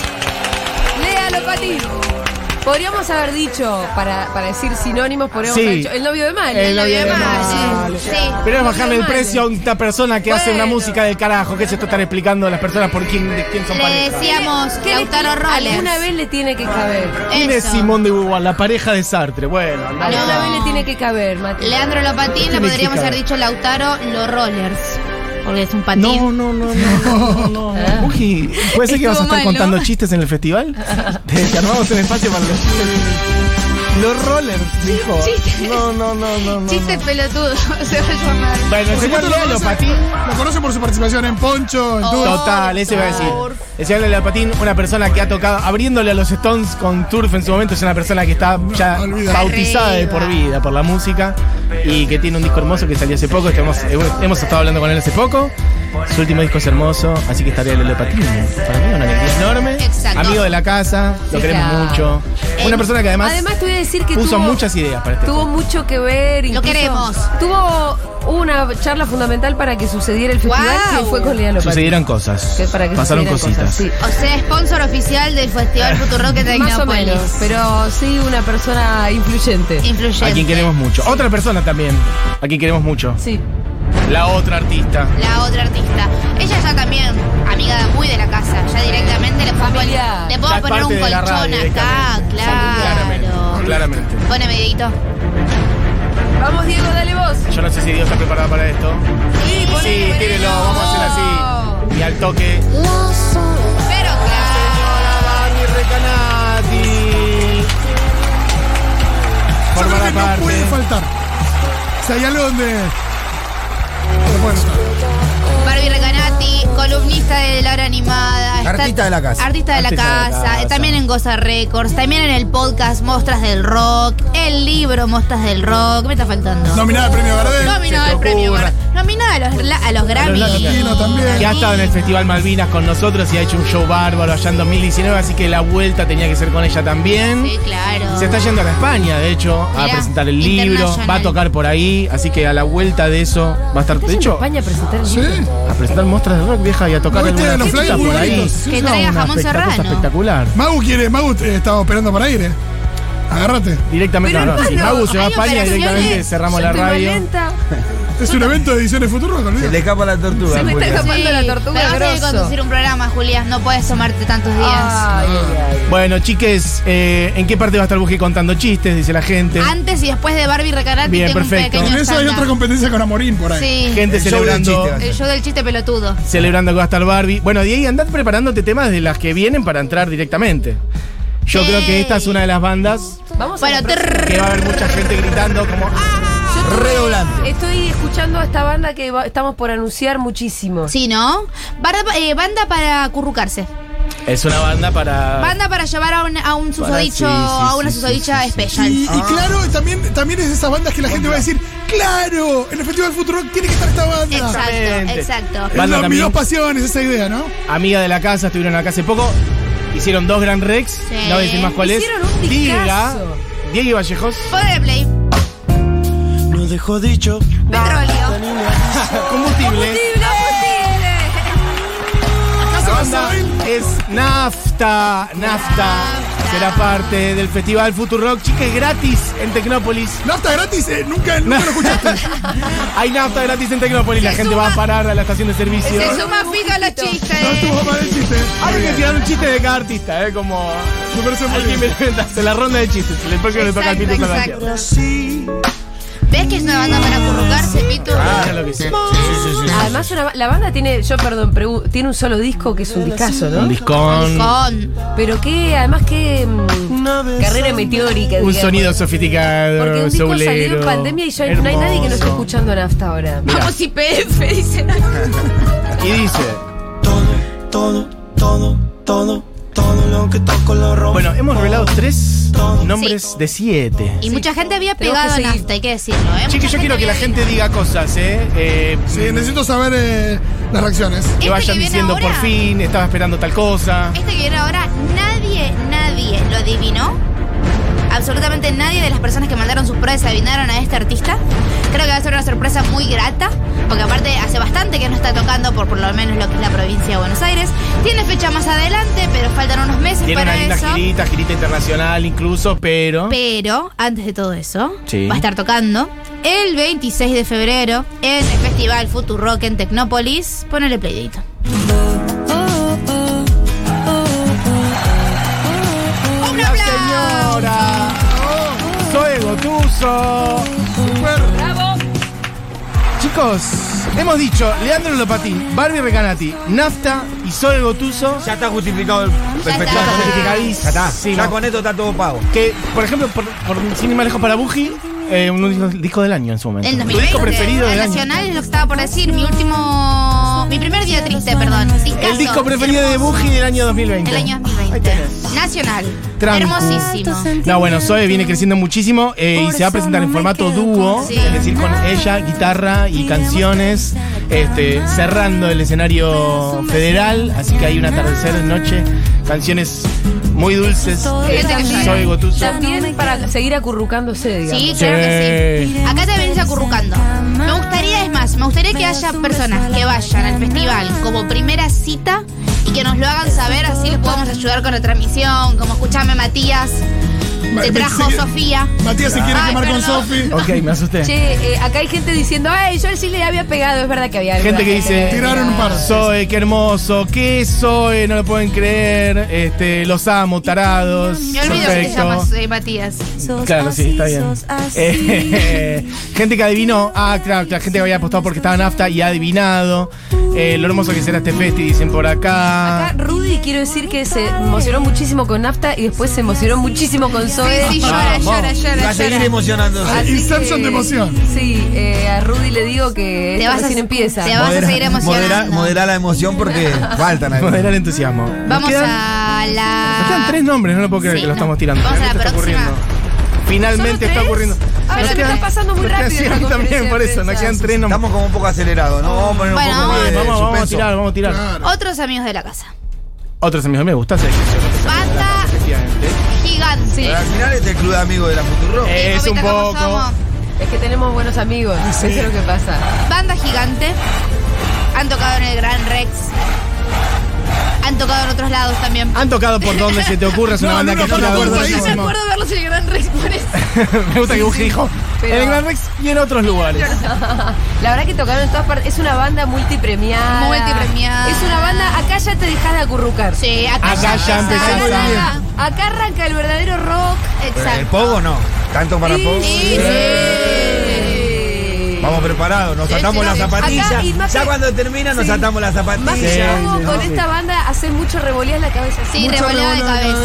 Speaker 2: Léalo, Pati. Podríamos haber dicho, para, para decir sinónimos, podríamos
Speaker 3: Sí.
Speaker 2: haber dicho el novio de Mal.
Speaker 3: El
Speaker 1: Lo
Speaker 3: novio
Speaker 1: vi
Speaker 3: de
Speaker 1: mal,
Speaker 3: mal.
Speaker 1: sí.
Speaker 3: Pero es bajarle el
Speaker 2: Normal.
Speaker 3: precio a una persona que hace una
Speaker 2: Bueno.
Speaker 3: música del carajo. ¿Qué se está explicando a las personas por quién, de quién son
Speaker 1: Le
Speaker 3: pareja?
Speaker 1: decíamos
Speaker 2: ¿Qué le-
Speaker 1: Lautaro Rollers.
Speaker 2: Alguna vez le tiene que caber.
Speaker 3: ¿Quién es
Speaker 1: Eso.
Speaker 3: Simón de Beauvoir? La pareja de Sartre. Bueno, andá.
Speaker 2: Alguna
Speaker 1: No.
Speaker 2: vez le tiene que caber, Mati.
Speaker 1: Leandro Lopatín, le podríamos
Speaker 3: significa?
Speaker 1: haber dicho Lautaro Los Rollers. Porque es un patín.
Speaker 3: No, no, no, no, no, no, no. Uji, ¿puede ser que
Speaker 1: Ah. Estuvo
Speaker 3: vas a estar
Speaker 1: mal, ¿no?
Speaker 3: contando chistes en el festival? Te, te armamos un espacio para los chistes. Los rollers, dijo.
Speaker 1: Chistes.
Speaker 3: No, no, no, no, no.
Speaker 1: Chistes
Speaker 3: no.
Speaker 1: pelotudos se va a llamar.
Speaker 3: Bueno, el señor Lolo Patín.
Speaker 4: Lo conocen por su participación en Poncho, en
Speaker 1: Oh.
Speaker 4: Tour.
Speaker 3: Total, ese va a decir.
Speaker 1: Turf.
Speaker 3: El señor Lolo Patín, una persona que ha tocado, abriéndole a los Stones con Turf en su momento, es una persona que está ya
Speaker 4: olvidado.
Speaker 3: bautizada de
Speaker 1: Arriba.
Speaker 3: por vida por la música y que tiene un disco hermoso que salió hace poco. Estamos, hemos estado hablando con él hace poco. Su último disco es hermoso, así que estaría Lolo Patín. Para mí, una alegría enorme.
Speaker 1: Exacto.
Speaker 3: Amigo de la casa, lo
Speaker 2: Sí,
Speaker 3: queremos
Speaker 2: claro.
Speaker 3: mucho. Una
Speaker 1: Eh,
Speaker 3: persona que además,
Speaker 2: Además, te voy a decir que
Speaker 3: puso
Speaker 2: tuvo,
Speaker 3: muchas ideas para este
Speaker 2: tuvo
Speaker 3: juego.
Speaker 2: mucho que ver. incluso
Speaker 1: queremos.
Speaker 2: Tuvo una charla fundamental para que sucediera el festival
Speaker 1: Guau.
Speaker 2: que fue con Lea Lopati.
Speaker 3: Sucedieron cosas.
Speaker 2: Que para que
Speaker 3: Pasaron
Speaker 2: sucedieran
Speaker 3: cositas.
Speaker 2: cosas,
Speaker 1: O
Speaker 2: sí.
Speaker 1: sea, sponsor oficial del Festival Futurock de
Speaker 2: Más o
Speaker 1: Tecnópolis.
Speaker 2: menos, pero sí una persona influyente.
Speaker 1: Influyente.
Speaker 3: A quien queremos mucho. Otra persona también. A quien queremos mucho.
Speaker 2: Sí.
Speaker 3: La otra artista.
Speaker 1: La otra artista. Ella ya también, amiga muy de la casa. Ya directamente le podemos,
Speaker 2: Familiar.
Speaker 1: le podemos
Speaker 3: Ya
Speaker 1: poner
Speaker 3: parte
Speaker 1: un
Speaker 3: de la radio
Speaker 1: colchón acá,
Speaker 3: directamente.
Speaker 1: claro.
Speaker 3: Claramente. Claramente.
Speaker 1: Poneme, Dieguito.
Speaker 2: Vamos, Diego, dale vos.
Speaker 3: Yo no sé si Dios está preparada para esto.
Speaker 1: Sí,
Speaker 3: Sí, tírelo, vamos a hacer así. Y al toque.
Speaker 1: Pero claro.
Speaker 3: Barbie Recanati.
Speaker 4: Yo creo que
Speaker 3: Formará
Speaker 4: no puede
Speaker 3: parte.
Speaker 4: faltar. Si hay algo donde. Pero bueno,
Speaker 1: Barbie Recanati, columnista de La Hora Animada. está-
Speaker 5: Artista de la casa.
Speaker 1: Artista de la
Speaker 3: Artista de la
Speaker 1: casa.
Speaker 3: casa.
Speaker 1: También en Goza Records. También en el podcast Mostras del Rock. El libro Mostras del Rock. ¿Qué me está faltando?
Speaker 4: nominada al premio Gardel.
Speaker 1: Nominado
Speaker 3: se te
Speaker 1: al premio.
Speaker 3: ocurra.
Speaker 1: Gardel. Nominado a los, la- a los Grammy.
Speaker 4: Latino también.
Speaker 3: Que ha estado en el Festival Malvinas con nosotros y ha hecho un show bárbaro allá en 2019, así que la vuelta tenía que ser con ella también.
Speaker 1: Sí, claro.
Speaker 3: Se está yendo a la España, de hecho, a
Speaker 1: Mirá,
Speaker 3: presentar el libro,
Speaker 1: international.
Speaker 3: va a tocar por ahí, así que a la vuelta de eso va a estar, de hecho,
Speaker 2: España a presentar el
Speaker 4: Sí.
Speaker 2: libro.
Speaker 3: a presentar muestras de rock vieja y a tocar
Speaker 4: ¿No viste
Speaker 3: alguna
Speaker 4: los
Speaker 3: cosita
Speaker 4: flyers
Speaker 3: por ahí.
Speaker 4: bonitos? Sí,
Speaker 1: Que
Speaker 4: no,
Speaker 1: traiga
Speaker 3: Una
Speaker 1: jamón
Speaker 3: espectac- cosa
Speaker 1: serrano.
Speaker 3: espectacular.
Speaker 4: Magu quiere, Magu eh, estaba operando para aire. Agárrate.
Speaker 3: Directamente,
Speaker 2: Pero
Speaker 3: no, no, si
Speaker 2: hermano,
Speaker 3: Magu se va a
Speaker 1: hay
Speaker 3: España,
Speaker 1: operaciones.
Speaker 3: directamente cerramos la
Speaker 2: Yo estoy
Speaker 3: radio.
Speaker 2: violenta.
Speaker 4: Es un evento de ediciones Futuro,
Speaker 5: Se le escapa la tortuga.
Speaker 2: Se me está
Speaker 5: Julia.
Speaker 2: escapando. Tomando la tortuga
Speaker 1: pero vas a tener que
Speaker 2: grosso.
Speaker 1: conducir un programa, Julia. No puedes tomarte tantos días.
Speaker 3: Ah.
Speaker 2: Ay, ay,
Speaker 3: Bueno, chiques, eh, ¿en qué parte va a estar Buji contando chistes? Dice la gente.
Speaker 1: Antes y después de Barbie Recanati
Speaker 3: Bien,
Speaker 1: tengo
Speaker 3: perfecto.
Speaker 1: un
Speaker 4: En
Speaker 1: pequeño
Speaker 4: eso hay
Speaker 1: stand-up.
Speaker 4: otra competencia con Amorín por ahí.
Speaker 1: Sí.
Speaker 3: Gente
Speaker 5: El show del
Speaker 3: celebrando.
Speaker 5: chiste va a ser.
Speaker 1: El show del chiste pelotudo.
Speaker 3: celebrando que va a estar Barbie. Bueno, Diego, andad preparándote temas de las que vienen para entrar directamente. Yo
Speaker 1: Sí.
Speaker 3: creo que esta es una de las bandas
Speaker 2: ay. Vamos a la
Speaker 1: Bueno,
Speaker 2: próxima.
Speaker 1: trrr.
Speaker 3: que va a haber mucha gente gritando como ¡Ah!
Speaker 5: Redoblante.
Speaker 2: Estoy escuchando a esta banda que va- estamos por anunciar muchísimo.
Speaker 1: Sí, ¿no? Barda- eh, banda para currucarse.
Speaker 3: Es una banda para...
Speaker 1: Banda para llevar a un, a un susodicho,
Speaker 5: sí, sí,
Speaker 1: a una
Speaker 5: sí, sí,
Speaker 1: susodicha
Speaker 5: sí, sí.
Speaker 1: especial.
Speaker 4: Y, y claro, también, también es esas bandas que la gente va a decir, claro, en el Festival Futuro tiene que estar esta banda.
Speaker 1: Exacto,
Speaker 3: Exactamente.
Speaker 1: exacto.
Speaker 4: Es
Speaker 3: Banda
Speaker 4: lo- mis
Speaker 3: también.
Speaker 4: dos pasiones, esa idea, ¿no?
Speaker 3: Amiga de la casa, estuvieron acá hace poco. Hicieron dos Grand Rex.
Speaker 1: Sí.
Speaker 3: No voy a decir más cuál es.
Speaker 2: Hicieron un
Speaker 3: Diga,
Speaker 2: discazo.
Speaker 3: Diego y Vallejos.
Speaker 1: Pobre Play.
Speaker 8: Nos dejó dicho
Speaker 1: Petróleo.
Speaker 3: Combustible. La banda es Nafta. Nafta. Será parte del Festival Futurock. Chiques, gratis en Tecnópolis.
Speaker 4: Nafta gratis, eh, nunca, nunca lo escuchaste.
Speaker 3: Hay nafta gratis en Tecnópolis. La
Speaker 1: Se
Speaker 3: gente
Speaker 1: suma-
Speaker 3: va a parar a la estación de servicio.
Speaker 1: Se suma Fito a los
Speaker 4: No
Speaker 1: chistes.
Speaker 4: estuvo mal el chiste.
Speaker 3: Hay que tirar un chiste de cada artista, ¿eh? Como.
Speaker 4: Me parece muy
Speaker 3: Hay que
Speaker 4: bien.
Speaker 3: inventarse la ronda de chistes. El próximo le toca al Pito
Speaker 1: Exacto,
Speaker 3: Salvatierra.
Speaker 1: exacto. ¿Ves que es una banda para currucarse, Pitu?
Speaker 3: Ah, mira lo que sí.
Speaker 2: Además, una ba- la banda tiene, yo perdón, pregu- tiene un solo disco que es un discazo,
Speaker 3: Un
Speaker 2: ¿no?
Speaker 3: discón.
Speaker 1: Con.
Speaker 2: Pero que, además, que mm, carrera meteórica.
Speaker 3: Un
Speaker 2: digamos.
Speaker 3: sonido sofisticado.
Speaker 2: Porque un disco salió
Speaker 3: soulero,
Speaker 2: en pandemia y ya no hay nadie que no esté
Speaker 3: hermoso.
Speaker 2: escuchando en hasta ahora.
Speaker 3: Mirá.
Speaker 1: Vamos IPF, dicen.
Speaker 3: Y dice.
Speaker 8: todo, todo, todo, todo lo que toco lo rompo.
Speaker 3: Bueno, hemos revelado tres nombres de siete.
Speaker 1: Y mucha gente había
Speaker 2: Tenemos
Speaker 1: pegado
Speaker 2: que seguir.
Speaker 1: nafta, hay que decirlo, ¿eh?
Speaker 3: Chiques, yo quiero que la gente diga cosas, ¿eh? eh
Speaker 4: Sí,
Speaker 2: Este
Speaker 4: necesito saber eh, las reacciones.
Speaker 3: que
Speaker 1: que
Speaker 3: vayan
Speaker 1: viene
Speaker 3: diciendo
Speaker 1: ahora-
Speaker 3: por fin, estaba esperando tal cosa.
Speaker 1: Este que viene ahora, nadie, nadie lo adivinó. absolutamente nadie de las personas que mandaron sus pruebas adivinaron a este artista. Creo que va a ser una sorpresa muy grata, porque aparte hace bastante que no está tocando por por lo menos lo que es la provincia de Buenos Aires. Tiene fecha más adelante, pero faltan unos meses
Speaker 3: Tiene
Speaker 1: para
Speaker 3: una linda
Speaker 1: eso.
Speaker 3: girita, girita internacional incluso, pero.
Speaker 1: Pero antes de todo eso,
Speaker 3: Sí.
Speaker 1: va a estar tocando el 26 de febrero en el Festival Futurock en Tecnópolis. Ponele playdito. ¡Un
Speaker 3: ¡La
Speaker 1: aplauso!
Speaker 3: señora! ¡Soy Gotuso! ¡Super!
Speaker 2: ¡Bravo!
Speaker 3: Chicos, hemos dicho Leandro Lopatín, Barbie Recanati, Nafta y Soy Gotuso.
Speaker 5: Ya está justificado el
Speaker 1: está.
Speaker 5: perfecto.
Speaker 1: Ya está
Speaker 3: justificadísimo.
Speaker 5: Ya está.
Speaker 3: Sí,
Speaker 5: ya
Speaker 3: no.
Speaker 5: con esto está todo pago.
Speaker 3: Que, por ejemplo, por, por- sin ir más lejos para Buji, eh, un disco, disco del año en su momento.
Speaker 1: El
Speaker 3: Tu
Speaker 1: 2020.
Speaker 3: disco preferido
Speaker 1: el
Speaker 3: del año.
Speaker 1: Nacional es lo que estaba por decir. Mi último. Mi primer día triste, perdón. Discazo.
Speaker 3: El disco preferido de Buji del año 2020.
Speaker 1: El año 2020. Nacional.
Speaker 3: Tran-
Speaker 1: Hermosísimo.
Speaker 3: No, bueno, Zoe viene creciendo muchísimo eh, y se va a presentar en formato dúo,
Speaker 1: Sí.
Speaker 3: es decir, con ella, guitarra y canciones, este, cerrando el escenario federal, así que hay un atardecer, noche, canciones muy dulces. Eh,
Speaker 1: Gente que llora.
Speaker 3: Zoe Gotuso.
Speaker 2: También para seguir acurrucándose, digamos.
Speaker 1: Sí,
Speaker 3: Sí.
Speaker 1: claro que sí. Acá te venís acurrucando. Me gustaría, es más, me gustaría que haya personas que vayan al festival como primera cita y que nos lo hagan saber, así les podemos ayudar con la transmisión, como escuchame Matías, te
Speaker 4: Me- me-
Speaker 1: trajo
Speaker 4: se-
Speaker 1: Sofía.
Speaker 4: Matías se quiere
Speaker 1: Ay,
Speaker 4: quemar con
Speaker 1: perdón.
Speaker 4: Sofi.
Speaker 3: Ok, me asusté.
Speaker 2: Che, eh, acá hay gente diciendo, ay, yo al sí le había pegado, es verdad que había alguna
Speaker 3: Gente que dice.
Speaker 4: Tiraron un par.
Speaker 3: Zoe, qué hermoso, qué Zoe, no lo pueden creer, este, los amo, tarados.
Speaker 1: Me olvido que te
Speaker 3: perfecto.
Speaker 1: llamas eh, Matías.
Speaker 3: Claro, sí, está bien. Eh, gente que adivinó. Ah, claro, la gente que había apostado porque estaba nafta y ha adivinado. Eh, lo hermoso que será este festi, dicen por acá.
Speaker 2: Acá Rudy quiero decir que se emocionó muchísimo con Nafta y después se emocionó muchísimo con Zoe.
Speaker 1: Sí, sí, llora, llora, llora,
Speaker 5: Va a seguir
Speaker 1: llora.
Speaker 5: emocionándose.
Speaker 2: Así
Speaker 4: Inception
Speaker 2: que-
Speaker 4: de emoción.
Speaker 2: Sí, eh, a Rudy le digo que
Speaker 1: Te
Speaker 2: esto
Speaker 1: vas a-
Speaker 2: recién empieza.
Speaker 1: te vas- a seguir emocionando.
Speaker 5: Moderar, moderar la emoción porque faltan ahí.
Speaker 3: Moderar el entusiasmo. Nos
Speaker 1: Vamos
Speaker 3: quedan-
Speaker 1: a la.
Speaker 3: Nos quedan tres nombres, no lo puedo creer
Speaker 1: Sí,
Speaker 3: que lo
Speaker 1: no.
Speaker 3: estamos tirando.
Speaker 1: Vamos a la
Speaker 3: Realmente está
Speaker 1: próxima.
Speaker 3: ocurriendo. Finalmente
Speaker 2: ¿Solo
Speaker 3: está
Speaker 2: tres?
Speaker 3: ocurriendo.
Speaker 2: Ah,
Speaker 3: Nos
Speaker 2: se me
Speaker 3: quedan-
Speaker 2: está pasando muy
Speaker 3: nos quedan-
Speaker 2: rápido
Speaker 3: sí, a
Speaker 2: esta
Speaker 3: mí también,
Speaker 2: conferencia
Speaker 3: por
Speaker 2: de
Speaker 3: eso. Nos
Speaker 2: prensa.
Speaker 3: quedan tres nombres.
Speaker 5: Estamos como un poco acelerados, ¿no? Vamos a poner un
Speaker 1: Bueno,
Speaker 5: poco más de
Speaker 3: Vamos, vamos a
Speaker 5: suspenso.
Speaker 3: tirar, vamos a tirar.
Speaker 1: Otros amigos de la casa.
Speaker 3: Otros amigos, me gusta ese ejercicio.
Speaker 1: Banda
Speaker 3: Efectivamente.
Speaker 1: gigante.
Speaker 5: Pero
Speaker 3: Ah.
Speaker 5: al final este es el club de amigos de la Futuro.
Speaker 3: Eh. Es
Speaker 1: Copita,
Speaker 3: un
Speaker 1: ¿cómo
Speaker 3: poco.
Speaker 1: somos?
Speaker 2: Es que tenemos buenos amigos, eso es lo que pasa.
Speaker 1: Banda gigante. Han tocado en el Gran Rex. Han tocado en otros lados también.
Speaker 3: Han tocado por donde se te ocurra, es una
Speaker 4: No,
Speaker 3: banda
Speaker 4: no,
Speaker 3: que
Speaker 4: no,
Speaker 3: ha
Speaker 4: no,
Speaker 3: girado
Speaker 4: no, no,
Speaker 1: Yo
Speaker 3: muchísimo.
Speaker 1: recuerdo verlos en el Gran Rex por eso.
Speaker 3: Me gusta que busque hijo.
Speaker 2: pero-
Speaker 3: En el Gran Rex y en otros lugares.
Speaker 2: La verdad que tocaron en todas partes. Es una banda multipremiada.
Speaker 1: Multipremiada.
Speaker 2: Es una banda, acá ya te dejas de acurrucar.
Speaker 1: Sí, acá,
Speaker 3: Acá ya
Speaker 1: empieza.
Speaker 3: empezás
Speaker 1: Acá-
Speaker 2: Acá arranca el verdadero rock.
Speaker 5: Pero
Speaker 3: Eh,
Speaker 5: ¿El
Speaker 1: Exacto.
Speaker 5: pogo no? ¿Tanto para pogo?
Speaker 1: Sí, sí.
Speaker 3: Eh.
Speaker 5: Vamos preparados, nos
Speaker 1: Sí,
Speaker 5: atamos
Speaker 1: sí,
Speaker 5: las
Speaker 1: sí.
Speaker 2: Acá, y
Speaker 5: zapatillas.
Speaker 2: más
Speaker 5: Ya
Speaker 2: que-
Speaker 5: cuando termina nos
Speaker 2: sí.
Speaker 5: atamos las
Speaker 2: Más
Speaker 5: zapatillas.
Speaker 2: que todo,
Speaker 3: sí,
Speaker 2: con
Speaker 3: sí.
Speaker 2: esta banda hace mucho revolear la cabeza.
Speaker 1: Sí,
Speaker 5: Mucho
Speaker 1: revoleo de
Speaker 5: revoleo,
Speaker 2: eh.
Speaker 1: cabeza.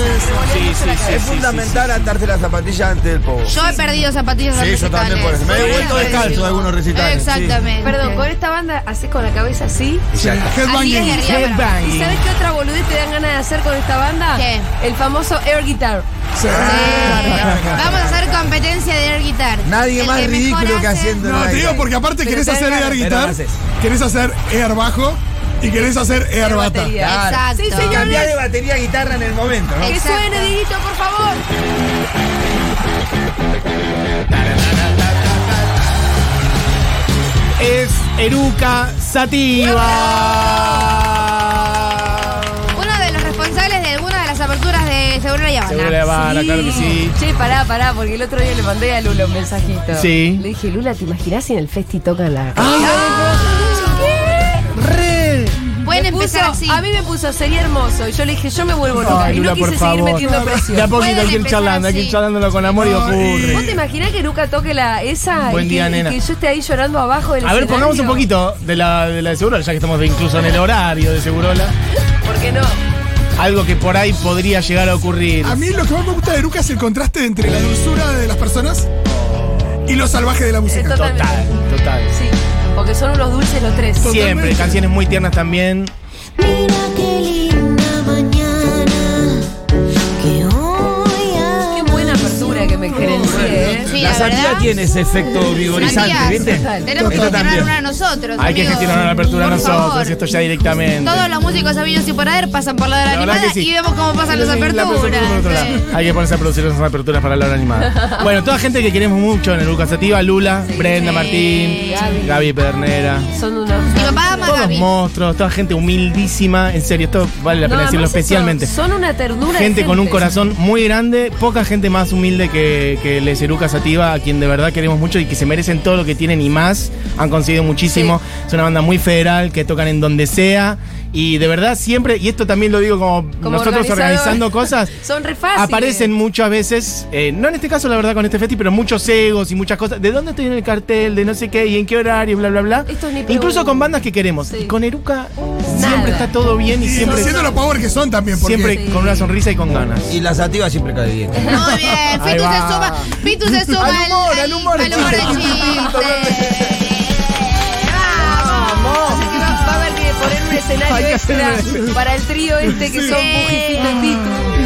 Speaker 3: Sí, sí, sí.
Speaker 5: Es fundamental atarse las zapatillas antes del pogo.
Speaker 1: Yo he perdido zapatillas
Speaker 5: Sí,
Speaker 1: en
Speaker 5: yo también
Speaker 1: recitales.
Speaker 5: por eso. Me he vuelto descalzo a algunos recitales,
Speaker 1: Exactamente.
Speaker 2: Perdón, con esta banda haces con la cabeza así.
Speaker 5: Y ya está.
Speaker 1: Así
Speaker 4: Headbanging.
Speaker 1: desde arriba para
Speaker 2: ¿Y sabes qué otra boludez te dan ganas de hacer con esta banda?
Speaker 1: ¿Qué?
Speaker 2: El famoso air guitar.
Speaker 1: abajo. Vamos a hacer competencia de air guitar.
Speaker 5: Nadie
Speaker 1: El
Speaker 5: más
Speaker 1: que mejor
Speaker 5: ridículo que
Speaker 1: hace-
Speaker 5: haciendo
Speaker 4: No, te digo porque aparte
Speaker 2: Pero
Speaker 4: querés
Speaker 2: te
Speaker 4: hacer
Speaker 2: dan
Speaker 4: air
Speaker 2: ganas.
Speaker 5: Pero
Speaker 4: guitar,
Speaker 5: no haces.
Speaker 4: querés hacer air bajo y querés hacer E air bata.
Speaker 2: batería.
Speaker 1: Exacto.
Speaker 2: Sí, señor.
Speaker 5: Cambiar de batería a guitarra en el momento, ¿no?
Speaker 1: Eh.
Speaker 2: Que
Speaker 1: Exacto.
Speaker 2: suene, Dieguito, por favor.
Speaker 3: Es Eruca Sativa.
Speaker 1: Uno de los responsables de alguna de las aperturas de Seguro La Habana.
Speaker 3: Seguro la Habana,
Speaker 2: Sí.
Speaker 3: claro que sí.
Speaker 2: Che, pará, pará, porque el otro día le mandé a Lula un mensajito.
Speaker 3: Sí.
Speaker 2: Le dije, Lula, ¿te imaginas si en el festi tocan la...
Speaker 3: Re.
Speaker 1: Pueden
Speaker 2: Me
Speaker 1: empezar
Speaker 2: puso-
Speaker 1: así.
Speaker 2: A mí me puso, sería hermoso. Y yo le dije, yo me vuelvo loca.
Speaker 3: Ay,
Speaker 2: y
Speaker 3: Lula,
Speaker 2: no quise
Speaker 3: por
Speaker 2: seguir
Speaker 3: favor. De
Speaker 2: metiendo
Speaker 3: a
Speaker 2: presión.
Speaker 3: poquito hay que ir
Speaker 1: empezar
Speaker 3: charlando, hay que ir
Speaker 1: así.
Speaker 3: charlándolo con amor y
Speaker 2: ¿Vos te
Speaker 3: ocurre.
Speaker 2: imaginás que Luca toque la esa
Speaker 3: Buen
Speaker 2: y,
Speaker 3: día,
Speaker 2: que, y
Speaker 3: nena.
Speaker 2: que yo esté ahí llorando abajo del
Speaker 3: A ver, pongamos un
Speaker 2: escenario?
Speaker 3: poquito de la, de la de Segurola, ya que estamos de- incluso en el horario de Segurola.
Speaker 2: ¿Por qué no?
Speaker 3: Algo que por ahí podría llegar a ocurrir.
Speaker 4: A mí lo que más me gusta de Eruca es el contraste entre la dulzura de las personas y lo salvaje de la
Speaker 2: Eh,
Speaker 4: música.
Speaker 2: totalmente.
Speaker 3: Total, total.
Speaker 2: Sí, porque son unos dulces los tres.
Speaker 3: Siempre,
Speaker 4: Totalmente.
Speaker 3: canciones muy tiernas también.
Speaker 7: Mira qué linda mañana que hoy
Speaker 2: Qué buena apertura que me genera diferencié, ¿eh?
Speaker 1: Sí,
Speaker 9: la
Speaker 1: la
Speaker 9: sandía
Speaker 1: verdad.
Speaker 9: tiene ese efecto vigorizante,
Speaker 1: Sandías,
Speaker 9: ¿viste?
Speaker 1: Tenemos que
Speaker 9: Esto
Speaker 1: gestionar
Speaker 9: también.
Speaker 1: una a nosotros.
Speaker 3: Hay que
Speaker 1: amigos.
Speaker 3: gestionar una apertura
Speaker 1: Por
Speaker 3: nosotros,
Speaker 1: favor.
Speaker 3: esto ya directamente.
Speaker 1: Todos los músicos amigos y por haber pasan por la hora
Speaker 3: La verdad
Speaker 1: animada
Speaker 3: que sí.
Speaker 1: y vemos cómo pasan las
Speaker 3: La
Speaker 1: aperturas.
Speaker 3: próxima por otro lado.
Speaker 1: Sí.
Speaker 3: Hay que ponerse a producir esas aperturas para la hora animada. bueno, toda gente que queremos mucho en el Educativa, Lula, Brenda
Speaker 1: Sí.
Speaker 3: Martín,
Speaker 2: Gaby.
Speaker 3: Gaby, Pernera.
Speaker 2: Son unos.
Speaker 1: Mi papá ama a
Speaker 3: Todos
Speaker 1: Gaby.
Speaker 3: monstruos, toda gente humildísima, en serio, esto vale la
Speaker 2: No,
Speaker 3: pena decirlo
Speaker 2: además son-
Speaker 3: especialmente.
Speaker 2: Son una ternura. de
Speaker 3: Gente con un corazón muy grande, poca gente más humilde que, que les Eruca Sativa, a quien de verdad queremos mucho y que se merecen todo lo que tienen y más. Han conseguido muchísimo. Es una banda muy federal, que tocan en donde sea. Y de verdad siempre, y esto también lo digo como,
Speaker 2: Como
Speaker 3: nosotros
Speaker 2: organizador.
Speaker 3: organizando cosas,
Speaker 2: Son re fáciles.
Speaker 3: aparecen muchas veces, eh, no en este caso la verdad con este festi, pero muchos egos y muchas cosas. ¿De dónde estoy en el cartel? ¿De no sé qué? ¿Y en qué horario? Bla, bla, bla.
Speaker 2: Esto ni pregunto.
Speaker 3: Incluso con bandas que queremos.
Speaker 2: Sí.
Speaker 3: Y con Eruca
Speaker 2: Nada.
Speaker 3: siempre está todo bien y
Speaker 4: Y
Speaker 3: siempre...
Speaker 4: siendo los power que son también, porque
Speaker 3: Siempre con una sonrisa y con ganas.
Speaker 5: Y la sativa siempre cae bien.
Speaker 1: Muy bien,
Speaker 3: Ahí
Speaker 1: Pitu se
Speaker 3: va.
Speaker 1: suma, Pitu se suma
Speaker 3: Al humor, al humor,
Speaker 1: al humor del
Speaker 3: chiste.
Speaker 1: chiste. Vamos.
Speaker 2: Vamos. Así que va va a haber que poner un escenario extra para el trío este que son Bujifito y Pitu.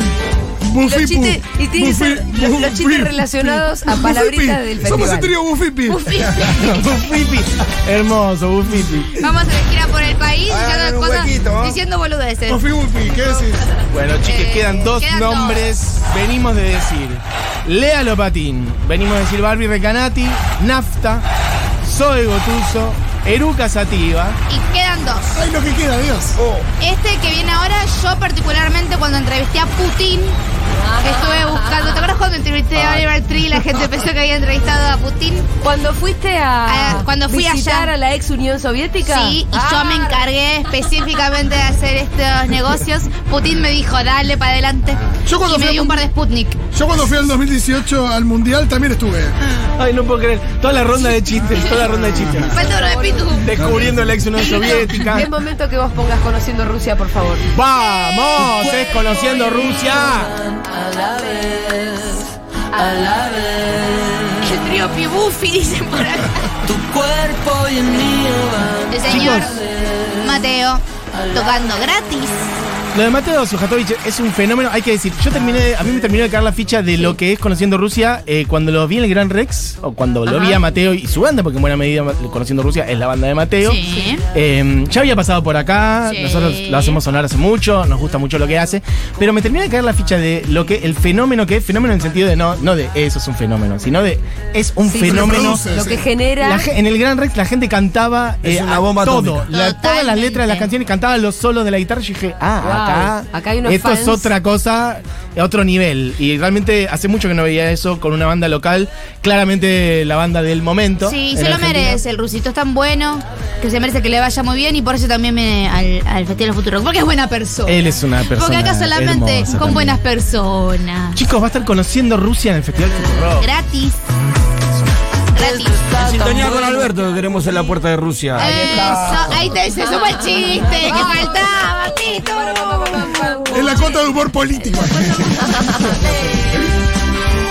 Speaker 4: Bufipu,
Speaker 2: Los chistes, y tienen que ser
Speaker 4: Bufi-
Speaker 2: los, los chistes
Speaker 4: Bufipi.
Speaker 2: relacionados a
Speaker 4: Bufipi.
Speaker 2: palabritas del festival.
Speaker 4: Somos el trío Bufipi.
Speaker 3: Bufipi. Hermoso, Bufipi.
Speaker 1: Vamos a la gira por el país
Speaker 5: Hagan
Speaker 1: diciendo
Speaker 5: un
Speaker 1: cosas,
Speaker 5: huequito, ¿no?
Speaker 1: diciendo boludeces.
Speaker 4: Bufi Bufi, ¿qué decís?
Speaker 3: Bueno, chiques,
Speaker 1: Eh,
Speaker 3: quedan dos
Speaker 1: quedan
Speaker 3: nombres. Venimos de decir Lea Lopatín. Venimos de decir Barbie Recanati, Nafta, Zoe Gotuso, Eruca Sativa.
Speaker 1: Y quedan dos.
Speaker 4: Ay, lo que queda, Dios.
Speaker 1: Este que viene ahora, yo particularmente cuando entrevisté a Putin, que estuve buscando. ¿Te acuerdas cuando entrevisté a Oliver Tree? La gente pensó que había entrevistado a Putin.
Speaker 2: Cuando fuiste a,
Speaker 1: Ah, cuando fui
Speaker 2: visitar
Speaker 1: allá.
Speaker 2: a la ex Unión Soviética.
Speaker 1: Sí, y
Speaker 2: Ah,
Speaker 1: yo me encargué específicamente de hacer estos negocios. Putin me dijo, dale para adelante.
Speaker 4: Yo cuando
Speaker 1: y me
Speaker 4: fui a
Speaker 1: dio un
Speaker 4: Mun-
Speaker 1: par de Sputnik.
Speaker 4: Yo cuando fui al 2018 al Mundial también estuve.
Speaker 3: Ay, no puedo creer. Toda la ronda de chistes, toda la ronda de chistes.
Speaker 1: Falta uno de Pitu.
Speaker 3: Descubriendo la ex Unión Soviética.
Speaker 2: Es momento que vos pongas conociendo Rusia, por favor.
Speaker 3: ¡Vamos! Es conociendo Rusia.
Speaker 1: El trío Pibufi, dicen por acá.
Speaker 8: Tu cuerpo y el mío van.
Speaker 1: El señor Mateo tocando gratis.
Speaker 3: Lo de Mateo Sujatovich es un fenómeno, hay que decir. Yo terminé, a mí me terminó de caer la ficha de lo que es conociendo Rusia eh, cuando lo vi en el Gran Rex, o cuando lo vi a Mateo y su banda, porque en buena medida conociendo Rusia es la banda de Mateo.
Speaker 1: Sí.
Speaker 3: Eh, ya había pasado por acá,
Speaker 1: Sí.
Speaker 3: nosotros lo hacemos sonar hace mucho, nos gusta mucho lo que hace, pero me terminó de caer la ficha de lo que el fenómeno que es, fenómeno en el sentido de no, no de eso es un fenómeno, sino de es un
Speaker 2: Sí,
Speaker 3: fenómeno.
Speaker 4: produce.
Speaker 2: Lo que
Speaker 4: Sí.
Speaker 2: genera.
Speaker 3: La ge- en el Gran Rex la gente cantaba
Speaker 5: Es
Speaker 3: eh,
Speaker 5: una
Speaker 3: a
Speaker 5: bomba
Speaker 3: todo,
Speaker 5: atómica.
Speaker 3: la- todas las letras de las
Speaker 1: Totalmente.
Speaker 3: canciones, cantaba los solos de la guitarra. Yo dije, ah,
Speaker 2: Wow,
Speaker 3: acá,
Speaker 2: acá hay unos
Speaker 3: esto es
Speaker 2: fans.
Speaker 3: otra cosa, otro nivel. Y realmente hace mucho que no veía eso con una banda local, claramente la banda del momento.
Speaker 1: Sí,
Speaker 3: en
Speaker 1: se lo
Speaker 3: Argentina.
Speaker 1: merece. El rusito es tan bueno que se merece que le vaya muy bien y por eso también viene al, al Festival del Futuro. Porque es buena persona.
Speaker 3: Él es una persona.
Speaker 1: Porque acá solamente
Speaker 3: hermosa
Speaker 1: con
Speaker 3: también.
Speaker 1: buenas personas.
Speaker 3: Chicos, va a estar conociendo Rusia en el Festival Futuro Rock.
Speaker 1: Gratis. Gratis.
Speaker 5: Sintonía con Alberto, que queremos en la puerta de Rusia.
Speaker 1: Eso, ahí te se suma el chiste que faltaba, Pitu.
Speaker 4: En la cuota de humor político.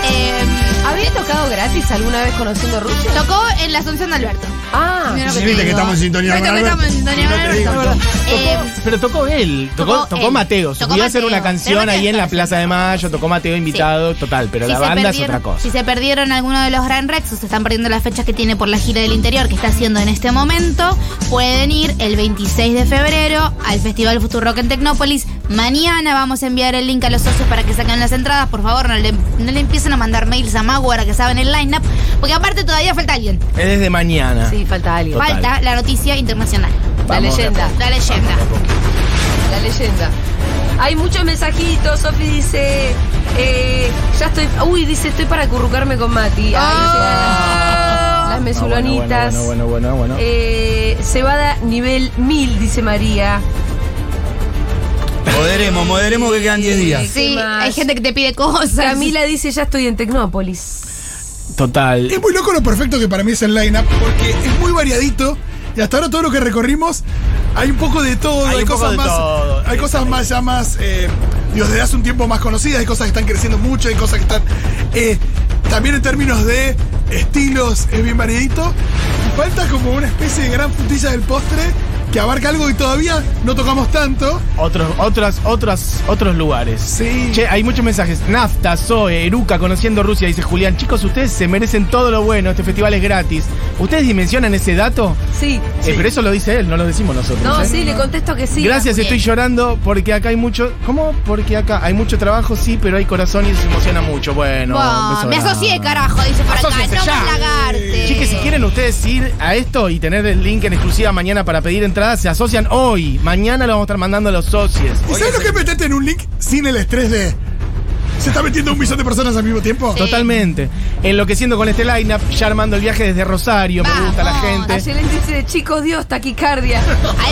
Speaker 1: Em,
Speaker 2: ¿Había tocado gratis alguna vez conociendo Rusia?
Speaker 1: tocó en la Asunción de Alberto.
Speaker 2: Ah,
Speaker 1: Mira lo
Speaker 4: Sí,
Speaker 1: te
Speaker 4: viste que
Speaker 1: digo.
Speaker 4: estamos en sintonía
Speaker 1: Viste
Speaker 4: con
Speaker 1: que estamos
Speaker 4: Alberto.
Speaker 1: en sintonía con
Speaker 4: No te digo,
Speaker 1: Alberto. Em,
Speaker 3: Pero tocó él, tocó,
Speaker 1: Tocó
Speaker 3: tocó,
Speaker 1: él.
Speaker 3: Mateo.
Speaker 1: Tocó
Speaker 3: Subió a hacer
Speaker 1: Mateo.
Speaker 3: una
Speaker 1: Pero
Speaker 3: canción
Speaker 1: Mateo
Speaker 3: ahí en la
Speaker 1: está
Speaker 3: Plaza de Mayo, tocó Mateo invitado, total, pero
Speaker 1: Si
Speaker 3: la
Speaker 1: se
Speaker 3: banda es
Speaker 1: perdieron-
Speaker 3: otra cosa.
Speaker 1: Si se perdieron alguno de los Gran Rex o se están perdiendo las fechas que tiene por la gira del interior que está haciendo en este momento, pueden ir el 26 de febrero al Festival Futuro Rock en Tecnópolis. Mañana vamos a enviar el link a los socios para que saquen las entradas. Por favor, no le, no le empiecen a mandar mails a Mago ahora que saben el lineup, porque aparte todavía falta alguien.
Speaker 3: Es desde mañana.
Speaker 2: sí, falta alguien.
Speaker 3: Total.
Speaker 1: Falta la noticia internacional.
Speaker 2: La leyenda.
Speaker 1: La leyenda.
Speaker 2: La leyenda. Hay muchos mensajitos. Sofi dice. eh, ya estoy. Uy, dice, estoy para currucarme con Mati. Ahí
Speaker 1: Ah.
Speaker 2: llegan las- las
Speaker 3: Ah, bueno, bueno,
Speaker 2: mesulonitas.
Speaker 3: Bueno, bueno, bueno, bueno.
Speaker 2: Eh, cebada nivel 1000, dice María.
Speaker 5: Moderemos, moderemos que quedan 10 días.
Speaker 1: Sí,
Speaker 2: más?
Speaker 1: hay gente que te pide cosas.
Speaker 2: Camila dice, ya estoy en Tecnópolis.
Speaker 3: Total.
Speaker 4: Es muy loco lo perfecto que para mí es el lineup, porque es muy variadito. Y hasta ahora todo lo que recorrimos, hay un poco de todo.
Speaker 3: Hay
Speaker 4: Hay,
Speaker 3: un poco
Speaker 4: cosas
Speaker 3: de
Speaker 4: más.
Speaker 3: todo.
Speaker 4: Hay cosas más ya más. eh, digo, desde hace un tiempo más conocidas, hay cosas que están creciendo mucho, hay cosas que están. eh, también en términos de estilos, es bien variadito. Falta como una especie de gran puntilla del postre. que abarca algo que todavía no tocamos tanto.
Speaker 3: Otros, otras, otras, otros lugares.
Speaker 4: Sí.
Speaker 3: Che, hay muchos mensajes. Nafta, Zoe, Eruca, conociendo Rusia, dice Julián. Chicos, ustedes se merecen todo lo bueno. Este festival es gratis. ¿Ustedes dimensionan ese dato?
Speaker 2: Sí.
Speaker 3: Eh, pero eso lo dice él, no lo decimos nosotros.
Speaker 2: No,
Speaker 3: ¿eh?
Speaker 2: sí, le contesto que sí.
Speaker 3: Gracias,
Speaker 1: bien.
Speaker 3: estoy llorando porque acá hay mucho. ¿Cómo? Porque acá hay mucho trabajo, sí, pero hay corazón y eso se emociona mucho. Bueno,
Speaker 1: Buah,
Speaker 3: beso
Speaker 1: me
Speaker 3: grande.
Speaker 1: asocié, carajo, dice por acá.
Speaker 3: Asóciese
Speaker 1: No
Speaker 3: ya.
Speaker 1: más lagarte.
Speaker 3: Chiques, si quieren ustedes ir a esto y tener el link en exclusiva mañana para pedir entradas, se asocian hoy. Mañana lo vamos a estar mandando a los socios.
Speaker 4: ¿Y sabes lo que es meterte en un link sin el estrés de. Se está metiendo un millón de personas al mismo tiempo?
Speaker 1: Sí.
Speaker 3: Totalmente. Enloqueciendo con este lineup, ya armando el viaje desde Rosario, me
Speaker 1: Vamos.
Speaker 3: gusta la gente.
Speaker 2: Ayer él dice, chicos, Dios, taquicardia.
Speaker 1: A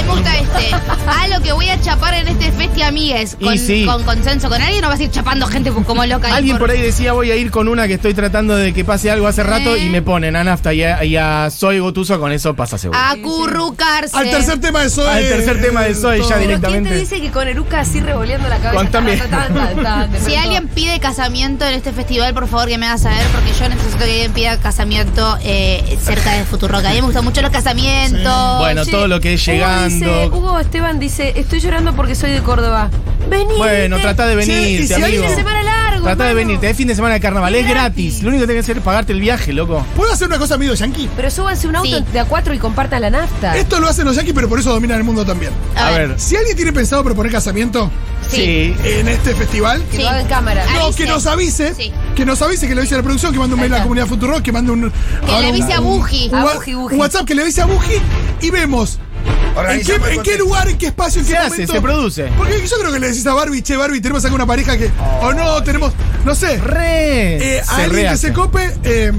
Speaker 1: mí me gusta este. A lo que voy a chapar en este festi amigues.
Speaker 3: Y
Speaker 1: Con,
Speaker 3: sí.
Speaker 1: con consenso con alguien, no vas a ir chapando gente como loca. ahí
Speaker 3: Alguien por ahí decía, voy a ir con una que estoy tratando de que pase algo hace rato
Speaker 1: Eh.
Speaker 3: y me ponen a Nafta y a, y a Soy Gotuso, con eso pasa seguro.
Speaker 1: A currucarse.
Speaker 4: Al tercer tema de Zoe.
Speaker 3: Al tercer tema de Zoe, ya
Speaker 2: Pero ¿quién
Speaker 3: directamente.
Speaker 2: te dice que con Eruca así revoleando la cabeza?
Speaker 3: Contame.
Speaker 2: tan, tan, tan, tan, de
Speaker 1: Si
Speaker 2: pronto?
Speaker 1: alguien pide casamiento en este festival, por favor que me hagas saber, porque yo necesito que alguien pida casamiento eh, cerca de Futuroca. A mí me gustan mucho los casamientos.
Speaker 3: Bueno, todo lo que es
Speaker 2: Hugo
Speaker 3: llegando.
Speaker 2: dice- Hugo, Esteban dice, estoy llorando porque soy de Córdoba. Vení.
Speaker 3: Bueno, trata de
Speaker 4: Sí,
Speaker 3: venirte,
Speaker 4: y si hay
Speaker 3: amigo.
Speaker 2: fin de semana largo,
Speaker 3: Trata de
Speaker 2: hermano.
Speaker 3: venirte, es fin de semana de carnaval, es
Speaker 2: Es
Speaker 3: gratis.
Speaker 2: gratis.
Speaker 3: Lo único que tenés que hacer es pagarte el viaje, loco.
Speaker 4: ¿Puedo hacer una cosa, amigo yankee?
Speaker 2: Pero súbanse un auto
Speaker 1: Sí.
Speaker 2: de a cuatro y compartan la
Speaker 1: Ah.
Speaker 2: nafta.
Speaker 4: Esto lo hacen los yankees, pero por eso dominan el mundo también.
Speaker 1: A
Speaker 3: A
Speaker 1: ver.
Speaker 3: ver.
Speaker 4: Si alguien tiene pensado proponer casamiento
Speaker 3: Sí.
Speaker 4: en este festival,
Speaker 2: Que
Speaker 1: Sí.
Speaker 2: lo hagan en cámara.
Speaker 1: Ah,
Speaker 4: no,
Speaker 1: Avise.
Speaker 4: que nos avise,
Speaker 1: Sí.
Speaker 4: que nos avise, que le avise a la producción, que mande un mail a la comunidad Futuro, que mande un.
Speaker 1: Que le avise a Buji.
Speaker 4: un
Speaker 2: A
Speaker 4: wa-
Speaker 2: Buji, Buji.
Speaker 4: un WhatsApp que le avise a Buji y vemos ¿En
Speaker 5: Organiza
Speaker 4: qué,
Speaker 5: por
Speaker 4: en qué
Speaker 5: contexto.
Speaker 4: lugar, en qué espacio, en
Speaker 3: Se
Speaker 4: qué
Speaker 3: hace,
Speaker 4: momento?
Speaker 3: se produce.
Speaker 4: Porque yo creo que le decís a Barbie, che, Barbie, tenemos acá una pareja que. o no, tenemos. No sé.
Speaker 3: Re.
Speaker 4: eh, a
Speaker 3: se
Speaker 4: alguien que
Speaker 3: rehace.
Speaker 4: se cope eh,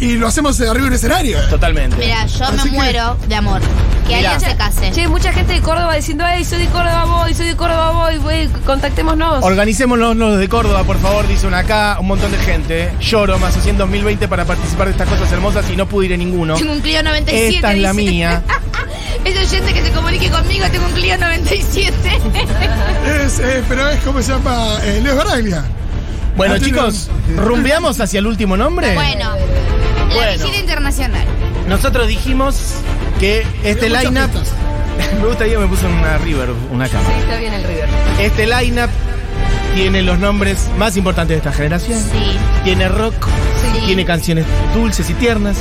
Speaker 4: y lo hacemos arriba de un escenario.
Speaker 3: Totalmente.
Speaker 1: Mira, yo me
Speaker 4: Así que-
Speaker 1: muero de amor. Que
Speaker 3: Mirá.
Speaker 1: alguien se case.
Speaker 2: Che, mucha gente de Córdoba diciendo, hey, soy de Córdoba voy, soy de Córdoba voy, güey, contactémonos.
Speaker 3: Organicémonos los de Córdoba, por favor, dice una acá, un montón de gente. Lloro, me asocié en 2020 para participar de estas cosas hermosas y no pude ir a ninguno.
Speaker 1: Tengo un Clio 97.
Speaker 3: Esta es la
Speaker 1: dice.
Speaker 3: mía.
Speaker 1: Es oyente que se comunique conmigo, tengo un Clio 97.
Speaker 4: Es, eh, pero es como se llama eh, Leo Baraglia.
Speaker 3: Bueno,
Speaker 4: Ah,
Speaker 3: chicos,
Speaker 4: tiene-
Speaker 3: rumbeamos hacia el último nombre.
Speaker 1: bueno, la
Speaker 3: Bueno.
Speaker 1: visita internacional.
Speaker 3: Nosotros dijimos que este
Speaker 4: Había muchas
Speaker 3: lineup.
Speaker 4: pistas.
Speaker 3: me gusta, yo me puse una River, una
Speaker 2: Sí,
Speaker 3: cámara.
Speaker 2: está bien el River.
Speaker 3: Este lineup tiene los nombres más importantes de esta generación.
Speaker 1: Sí.
Speaker 3: Tiene rock,
Speaker 1: Sí.
Speaker 3: tiene canciones dulces y tiernas,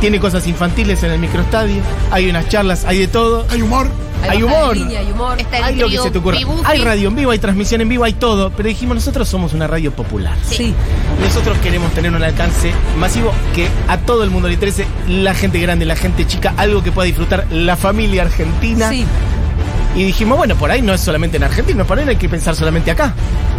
Speaker 3: tiene cosas infantiles en el microestadio, hay unas charlas, hay de todo.
Speaker 4: Hay humor.
Speaker 3: Hay
Speaker 2: bajada de
Speaker 3: humor.
Speaker 2: línea, hay humor.
Speaker 1: Está el
Speaker 3: Hay lo que
Speaker 1: trío
Speaker 3: se te ocurra.
Speaker 1: Bibufi.
Speaker 3: Hay radio en vivo, hay transmisión en vivo, hay todo. Pero dijimos, nosotros somos una radio popular.
Speaker 2: Sí.
Speaker 3: Nosotros queremos tener un alcance masivo que a todo el mundo le interese, la gente grande, la gente chica, algo que pueda disfrutar la familia argentina.
Speaker 2: Sí.
Speaker 3: Y dijimos, bueno, por ahí no es solamente en Argentina, por ahí no hay que pensar solamente acá.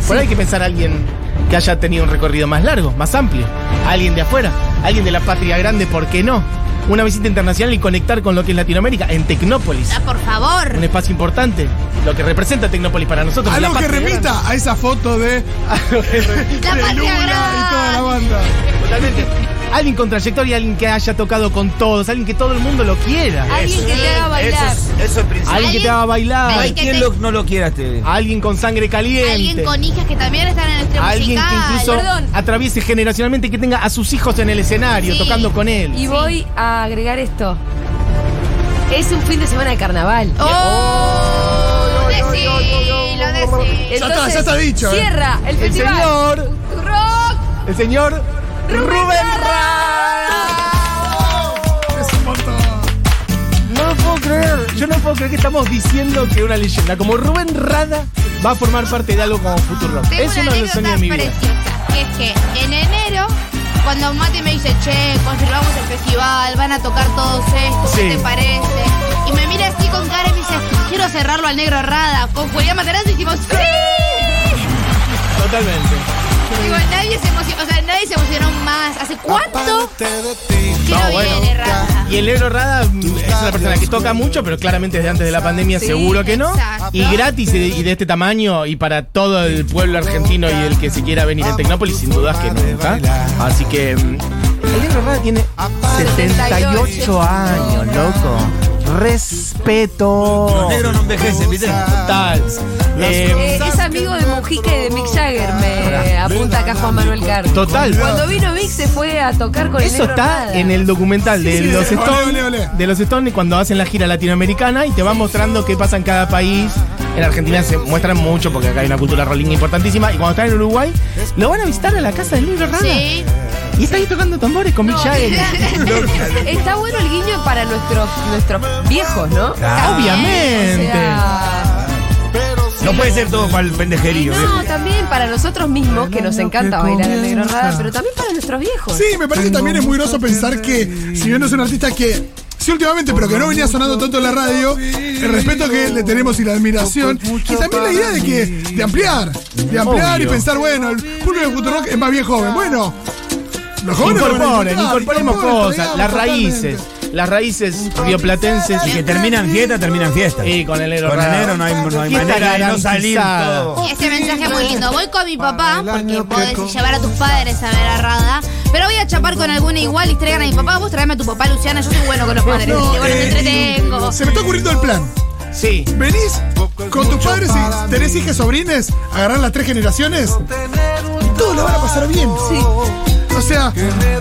Speaker 3: Por ahí hay que pensar a alguien que haya tenido un recorrido más largo, más amplio. Alguien de afuera, alguien de la patria grande, ¿por qué no? Una visita internacional y conectar con lo que es Latinoamérica en Tecnópolis.
Speaker 1: Ah, por favor.
Speaker 3: Un espacio importante, lo que representa Tecnópolis para nosotros. la
Speaker 4: Algo que
Speaker 3: patria grande.
Speaker 4: remita a esa foto de,
Speaker 3: Algo que remita.
Speaker 1: La
Speaker 4: de
Speaker 1: patria
Speaker 4: Luna y toda la
Speaker 1: grande.
Speaker 4: banda.
Speaker 3: Totalmente. Alguien con trayectoria, alguien que haya tocado con todos, alguien que todo el mundo lo quiera.
Speaker 2: Alguien que te haga
Speaker 5: Eso
Speaker 2: bailar.
Speaker 5: es, eso es principal.
Speaker 3: Alguien que te haga
Speaker 5: No hay
Speaker 3: bailar.
Speaker 1: alguien que
Speaker 5: quien
Speaker 1: te-
Speaker 5: lo- no lo quiera este.
Speaker 3: Alguien con sangre caliente.
Speaker 1: Alguien con hijas que también están en el tren
Speaker 3: Alguien que
Speaker 1: musical.
Speaker 3: incluso
Speaker 2: perdón.
Speaker 3: atraviese generacionalmente, que tenga a sus hijos en el escenario,
Speaker 1: Sí.
Speaker 3: tocando con él.
Speaker 2: Y voy a agregar esto. Es un fin de semana de carnaval.
Speaker 1: ¡Oh! Decilo, decilo.
Speaker 4: está, ya está dicho, eh.
Speaker 2: Cierra el
Speaker 3: El
Speaker 2: festival.
Speaker 3: señor,
Speaker 2: Rock.
Speaker 3: el señor Rubén Rada.
Speaker 4: Es un montón.
Speaker 3: No lo puedo creer, yo no puedo creer que estamos diciendo que una leyenda como Rubén Rada va a formar parte de algo como Futuro
Speaker 1: Tengo
Speaker 3: Es
Speaker 1: una
Speaker 3: uno de los sueños
Speaker 1: anécdota
Speaker 3: de mi vida.
Speaker 1: preciosa, que es que en enero, cuando Mati me dice, che, conservamos el festival, van a tocar todos estos, ¿qué
Speaker 3: Sí.
Speaker 1: te parece? Y me mira así con cara y me dice, quiero cerrarlo al negro Rada. Con Julián Materazzi dijimos, ¡sí!
Speaker 3: Totalmente.
Speaker 1: Digo, nadie se emocionó, o sea, nadie se emocionó más. ¿Hace cuánto que no,
Speaker 3: No, bueno.
Speaker 1: viene Rada?
Speaker 3: Y el Ero Rada mm, es una persona que toca mucho, pero claramente desde antes de la pandemia
Speaker 2: Sí,
Speaker 3: seguro que no.
Speaker 1: exacto.
Speaker 3: Y gratis y de, y de este tamaño y para todo el pueblo argentino y el que se quiera venir a Tecnópolis, sin dudas que nunca. Así que mm, el Ero Rada tiene 78 años, loco. Respeto.
Speaker 5: Los negros no envejecen, ¿viste?
Speaker 3: Total. Eh,
Speaker 2: Eh, es amigo de Mujica y de Mick Jagger, me apunta acá Juan Manuel Carr.
Speaker 3: total.
Speaker 2: Cuando vino Mick se fue a a tocar con el
Speaker 3: Eso
Speaker 2: negro
Speaker 3: está
Speaker 2: Rada.
Speaker 3: en el documental de,
Speaker 4: Sí, sí,
Speaker 3: los
Speaker 4: olé,
Speaker 3: Stones,
Speaker 4: olé, olé.
Speaker 3: de los Stones cuando hacen la gira latinoamericana y te van mostrando qué pasa en cada país. En Argentina se muestran mucho porque acá hay una cultura rolling importantísima. Y cuando están en Uruguay, lo van a visitar a la casa del negro Rada.
Speaker 1: Sí.
Speaker 3: Y está ahí tocando tambores con Mick Jagger.
Speaker 2: Está bueno el guiño para nuestros, nuestros viejos, ¿no?
Speaker 3: Ah. Obviamente.
Speaker 2: O sea,
Speaker 5: No puede ser todo para el pendejerío.
Speaker 2: no, también para nosotros mismos, que nos encanta bailar el negro rada, pero también para nuestros viejos.
Speaker 4: Sí, me parece que también es muy groso pensar que, si bien no es un artista que. Sí, últimamente, pero que no venía sonando tanto en la radio, el respeto que le tenemos y la admiración. Y también la idea de que. de ampliar. De ampliar y
Speaker 3: Obvio.
Speaker 4: pensar, bueno, el público de Futuro Rock es más bien joven. Bueno. Los jóvenes lo van a
Speaker 3: Incorporen,
Speaker 4: disfrutar,
Speaker 3: incorporemos
Speaker 4: incorporen,
Speaker 3: cosas,
Speaker 4: digamos,
Speaker 3: las
Speaker 4: totalmente.
Speaker 3: raíces, las raíces rioplatenses.
Speaker 5: Que terminan fiesta, terminan fiesta.
Speaker 3: Y con el negro
Speaker 5: Con
Speaker 3: Rada.
Speaker 5: enero no hay, no hay
Speaker 3: Fiesta
Speaker 5: manera de no salir
Speaker 3: garantizada.
Speaker 5: todo.
Speaker 1: Y Este mensaje es muy lindo. Voy con mi papá, porque vos decís llevar a tus padres a ver a Rada. Pero voy a chapar con alguna igual y traigan a mi papá. Vos traeme a tu papá, Luciana. Yo soy bueno con los padres.
Speaker 4: No,
Speaker 1: Digo, los
Speaker 4: eh,
Speaker 1: entretengo.
Speaker 4: Se me está ocurriendo el plan.
Speaker 3: Sí.
Speaker 4: Venís con tus padres y tenés hijas, sobrines, agarrar las tres generaciones. Todos lo van a pasar bien. Sí. O sea,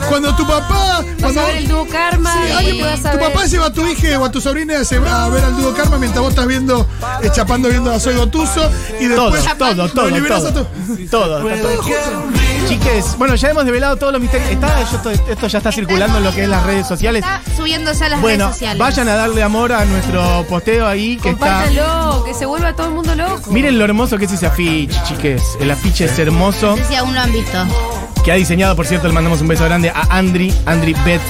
Speaker 4: cuando tu papá.
Speaker 2: Vas
Speaker 4: Cuando
Speaker 2: a ver el dúo Karma
Speaker 4: Sí,
Speaker 2: y
Speaker 4: alguien-
Speaker 2: vas a
Speaker 4: tu
Speaker 2: ver-
Speaker 4: papá lleva a tu hija o a tu sobrina se va a ver al dúo Karma mientras vos estás viendo, eh, chapando viendo a Soy Gotuso y
Speaker 3: Todo,
Speaker 4: después.
Speaker 3: todo,
Speaker 4: lo
Speaker 3: todo,
Speaker 4: liberás a
Speaker 3: todo.
Speaker 4: tu-
Speaker 3: Todo, está todo junto. Chiques, bueno, ya hemos develado todos los misterios. Está- yo esto, esto ya está circulando en lo que es las redes sociales.
Speaker 1: Está subiéndose a las
Speaker 3: Bueno,
Speaker 1: redes sociales.
Speaker 3: vayan a darle amor a nuestro posteo ahí que está.
Speaker 2: Compártanlo, que se vuelva todo el mundo loco.
Speaker 3: Miren lo hermoso que es ese afiche, chiques. El afiche es hermoso.
Speaker 1: No sé si aún lo han visto.
Speaker 3: que ha diseñado, por cierto, le mandamos un beso grande a Andri, Andri Betts,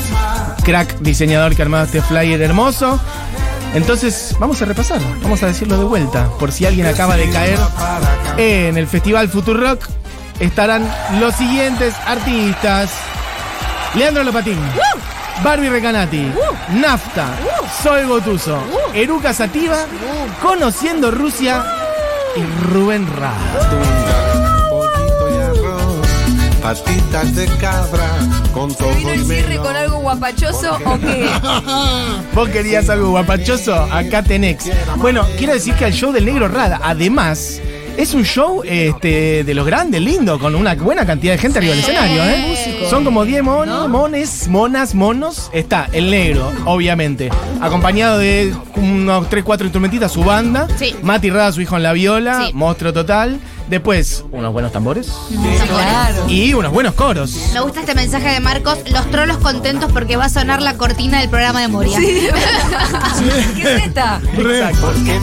Speaker 3: crack diseñador que ha armado este flyer hermoso. Entonces, vamos a repasar, vamos a decirlo de vuelta, por si alguien acaba de caer en el Festival Futurock, estarán los siguientes artistas. Leandro Lopatín, Barbie Recanati, Nafta, Sol Gotuso, Eruca Sativa, Conociendo Rusia y Rubén Ra.
Speaker 6: Pollito y arroz, patitas de cabra, con
Speaker 2: ¿Se vino
Speaker 6: todo y
Speaker 2: el cierre con algo guapachoso o qué?
Speaker 3: Vos querías algo guapachoso, acá tenés. Bueno, quiero decir que el show del Negro Rada, además, es un show este, de los grandes, lindo, con una buena cantidad de gente arriba del escenario, ¿eh?
Speaker 1: Músicos.
Speaker 3: Son como 10 monos, mones, monas, monos. Está el negro, obviamente, acompañado de unos 3, 4 instrumentistas, su banda.
Speaker 1: Sí.
Speaker 3: Mati Rada, su hijo en la viola,
Speaker 1: Sí.
Speaker 3: monstruo total. Después, unos buenos tambores
Speaker 2: Claro.
Speaker 3: y unos buenos coros.
Speaker 1: Me gusta este mensaje de Marcos. Los trolos contentos porque va a sonar la cortina del programa de Moria.
Speaker 2: ¿Qué es esta?
Speaker 4: Re.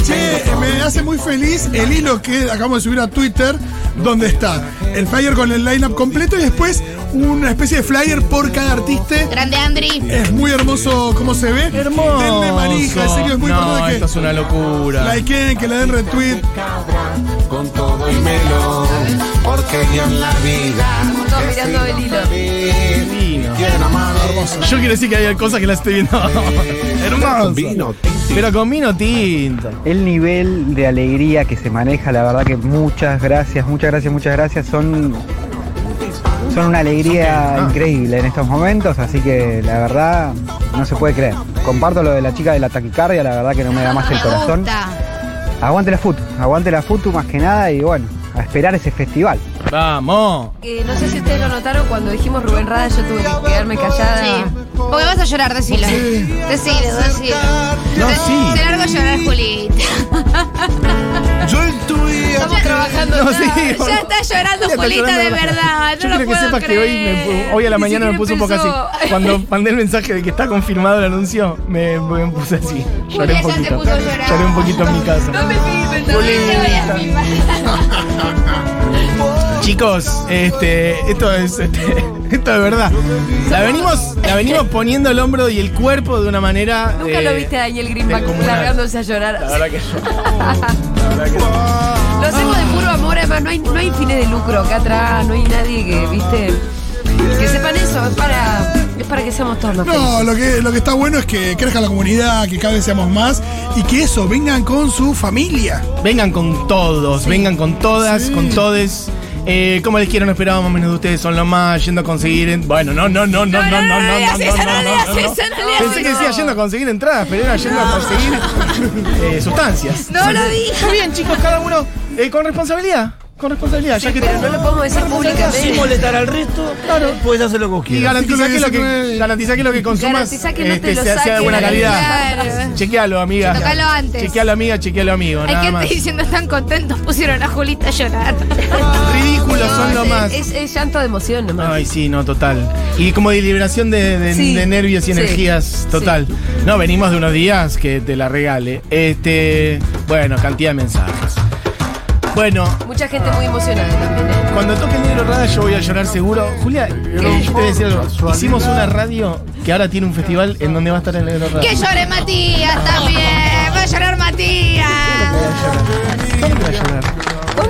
Speaker 4: Che, me hace muy feliz el hilo que acabamos de subir a Twitter, donde está el flyer con el lineup completo y después una especie de flyer por cada artista.
Speaker 1: Grande Andri.
Speaker 4: Es muy hermoso cómo se ve.
Speaker 3: Hermoso.
Speaker 4: Denle manija, en serio, es muy
Speaker 3: no,
Speaker 4: importante
Speaker 3: esto es
Speaker 4: que
Speaker 3: una locura.
Speaker 4: likeen, que le den retweet.
Speaker 6: con todo y melón, porque ni en la vida
Speaker 2: Todos mirando el hilo.
Speaker 3: Divino.
Speaker 6: quiero más
Speaker 3: Yo quiero decir que hay cosas que las estoy viendo. Hermoso. Pero con vino tinto.
Speaker 10: El nivel de alegría que se maneja, la verdad que muchas gracias, muchas gracias, muchas gracias. Son, son una alegría
Speaker 5: Ah.
Speaker 10: increíble en estos momentos, así que la verdad no se puede creer. Comparto lo de la chica de la taquicardia, la verdad que no me da más el
Speaker 1: Me
Speaker 10: corazón.
Speaker 1: gusta.
Speaker 10: Aguante la FUTU, aguante la FUTU más que nada y bueno, a esperar ese festival.
Speaker 3: Vamos.
Speaker 2: Que no sé si ustedes lo notaron, cuando dijimos Rubén Rada yo tuve que quedarme callada.
Speaker 1: Sí. Porque vas a llorar, decilo. Decilo, decilo.
Speaker 3: No,
Speaker 1: Te-
Speaker 3: sí.
Speaker 1: Te largo a llorar, Julita.
Speaker 6: Yo intuía
Speaker 2: Estamos trabajando.
Speaker 3: No,
Speaker 2: ya.
Speaker 3: sí, boludo.
Speaker 1: Ya está llorando
Speaker 3: Ya está
Speaker 1: Julita
Speaker 3: llorando,
Speaker 1: de verdad.
Speaker 3: Yo
Speaker 1: no lo
Speaker 3: quiero que
Speaker 1: puedo
Speaker 3: sepas que hoy, me-
Speaker 1: creer.
Speaker 3: hoy a la
Speaker 2: Ni
Speaker 3: mañana me
Speaker 2: siquiera
Speaker 3: puse un poco así.
Speaker 2: empezó.
Speaker 3: Cuando mandé el mensaje de que está confirmado el anuncio, me, me puse así. Lloré
Speaker 1: Julia
Speaker 3: un
Speaker 1: ya se
Speaker 3: poquito.
Speaker 1: puso a llorar.
Speaker 3: Lloré un poquito en mi casa.
Speaker 2: No me sigas
Speaker 1: Julita.
Speaker 2: inventando.
Speaker 3: Chicos, este, esto es, este, esto es verdad. La venimos, la venimos poniendo el hombro y el cuerpo de una manera.
Speaker 2: Nunca
Speaker 3: eh,
Speaker 2: lo viste a Daniel Greenback
Speaker 3: descomunal.
Speaker 2: largándose a llorar.
Speaker 3: La verdad que yo- la verdad que no.
Speaker 2: Lo hacemos de puro amor, además no hay, no hay fines de lucro acá atrás, no hay nadie que, viste, que sepan eso, es para, es para que seamos todos más felices.
Speaker 4: No, lo que, lo que está bueno es que crezca la comunidad, que cada vez seamos más y que eso, vengan con su familia.
Speaker 3: Vengan con todos, vengan con todas, con todes. Eh, como les quiero, no esperábamos menos de ustedes, son lo más, yendo a conseguir. en- Bueno, no, no, no, no, no, no, no, no, no,
Speaker 2: digas eso, no
Speaker 3: no,
Speaker 2: digas
Speaker 3: no, no.
Speaker 2: eso, no digas
Speaker 3: Pensé que
Speaker 2: eso.
Speaker 3: decía yendo a conseguir entradas, pero era yendo a conseguir eh, sustancias.
Speaker 1: No lo dije.
Speaker 3: Está bien, chicos, cada uno eh, con responsabilidad. Con responsabilidad, ya que
Speaker 2: pero no lo podemos decir públicamente.
Speaker 9: Sin molestar al resto, claro, puedes hacer lo que vos
Speaker 3: Y
Speaker 9: quieras.
Speaker 3: garantiza que, lo que,
Speaker 4: 19.
Speaker 3: garantiza que lo que consumas
Speaker 2: Garantiza que no te
Speaker 3: este,
Speaker 2: lo
Speaker 3: sea, sea de
Speaker 2: saquen
Speaker 3: buena
Speaker 2: a la
Speaker 3: calidad.
Speaker 1: Claro.
Speaker 3: Chequealo, amiga.
Speaker 1: Tocalo antes.
Speaker 3: Chequealo, amiga, chequealo, amigo.
Speaker 1: Hay
Speaker 3: nada
Speaker 1: gente
Speaker 3: más.
Speaker 1: diciendo están contentos, pusieron a Julita a llorar.
Speaker 3: Ridículos son lo
Speaker 2: es-
Speaker 3: más.
Speaker 2: Es, es llanto de emoción nomás.
Speaker 3: Ay, sí, no, total. Y como de liberación de, de-
Speaker 2: Sí.
Speaker 3: de nervios y
Speaker 2: Sí.
Speaker 3: energías, total. No, venimos de unos días que te la regale. Este, bueno, cantidad de mensajes. Bueno,
Speaker 2: Mucha gente muy emocionada también, ¿eh?
Speaker 3: cuando toque el negro rada yo voy a llorar seguro. Julia, eh, te voy a decir algo. Hicimos una radio que ahora tiene un festival en donde va a estar el negro rada.
Speaker 1: Que llore Matías también. Va a llorar Matías.
Speaker 3: ¿Cómo que va a llorar?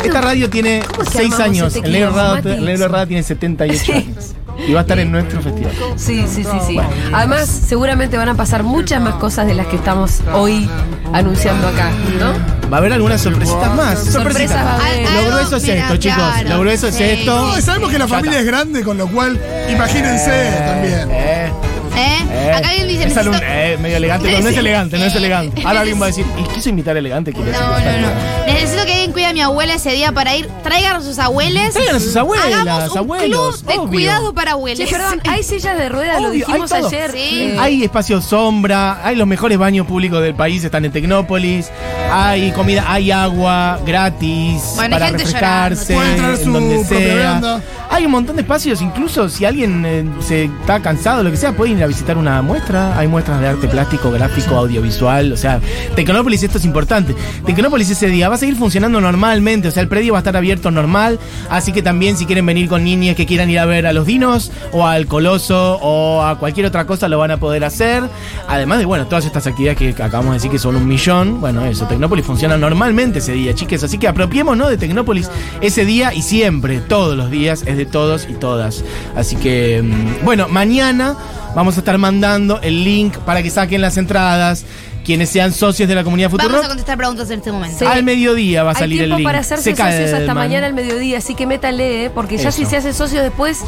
Speaker 3: Esta radio tiene
Speaker 2: cómo se
Speaker 3: 6
Speaker 2: llamaba
Speaker 3: años.
Speaker 2: ese
Speaker 3: El negro,
Speaker 2: teclado,
Speaker 3: rada,
Speaker 2: Mati?
Speaker 3: el negro rada tiene 78
Speaker 2: Sí.
Speaker 3: años. Y va a estar en nuestro festival.
Speaker 2: Sí, sí, sí, sí. Además, seguramente van a pasar muchas más cosas de las que estamos hoy anunciando acá, ¿no?
Speaker 3: Va a haber algunas sorpresitas más.
Speaker 2: Sorpresas va a haber.
Speaker 3: Lo grueso es
Speaker 1: Mirá,
Speaker 3: esto, chicos.
Speaker 1: claro,
Speaker 3: Lo grueso es
Speaker 1: sí.
Speaker 3: esto.
Speaker 4: No, y sabemos que la familia es grande, con lo cual, imagínense también.
Speaker 3: Eh,
Speaker 1: ¿Eh?
Speaker 3: eh.
Speaker 1: Acá alguien dice
Speaker 3: Es algún-
Speaker 1: necesito...
Speaker 3: eh, medio elegante, pero no es elegante, no es elegante. Ahora alguien va a decir, ¿y quiso imitar elegante?
Speaker 1: No, no, no. Necesito que alguien cuide a mi abuela ese día para ir. Traigan a sus abuelos.
Speaker 3: Traigan a sus abuelas,
Speaker 1: Hagamos un
Speaker 3: abuelos,
Speaker 1: club de
Speaker 3: obvio.
Speaker 1: cuidado para abuelos.
Speaker 2: Che, perdón, hay sillas de ruedas, lo
Speaker 3: Obvio, hay
Speaker 2: dijimos
Speaker 3: todo.
Speaker 2: ayer.
Speaker 1: Sí.
Speaker 2: Eh,
Speaker 3: Hay espacio sombra, hay los mejores baños públicos del país, están en Tecnópolis, hay comida, hay agua gratis
Speaker 1: Bueno, hay
Speaker 3: para
Speaker 1: gente
Speaker 3: refrescarse,
Speaker 4: llorando. Pueden traer
Speaker 3: en
Speaker 4: su
Speaker 3: donde
Speaker 4: propia
Speaker 3: sea.
Speaker 4: banda.
Speaker 3: Hay un montón de espacios, incluso si alguien eh, se está cansado, lo que sea, puede ir a visitar una muestra. Hay muestras de arte plástico, gráfico, audiovisual, o sea, Tecnópolis esto es importante. Tecnópolis ese día va a seguir funcionando normalmente, o sea, el predio va a estar abierto normal, así que también si quieren venir con niñas que quieran ir a ver a los dinos o al coloso o a cualquier otra cosa lo van a poder hacer. Además de, bueno, todas estas actividades que acabamos de decir que son un millón, bueno, eso, Tecnópolis funciona normalmente ese día, chiques, así que apropiémonos de Tecnópolis ese día y siempre, todos los días, es de todos y todas. Así que, mm, bueno, mañana vamos a estar mandando el link para que saquen las entradas. Quienes sean socios de la comunidad Futuro
Speaker 1: Vamos a contestar preguntas en este momento.
Speaker 2: Sí.
Speaker 3: al mediodía va a
Speaker 2: Hay
Speaker 3: salir el
Speaker 2: tiempo
Speaker 3: link.
Speaker 2: para hacerse
Speaker 3: cae
Speaker 2: socios hasta
Speaker 3: el man.
Speaker 2: mañana al mediodía, así que métale, ¿eh? porque ya
Speaker 3: Eso.
Speaker 2: si se hace socios después,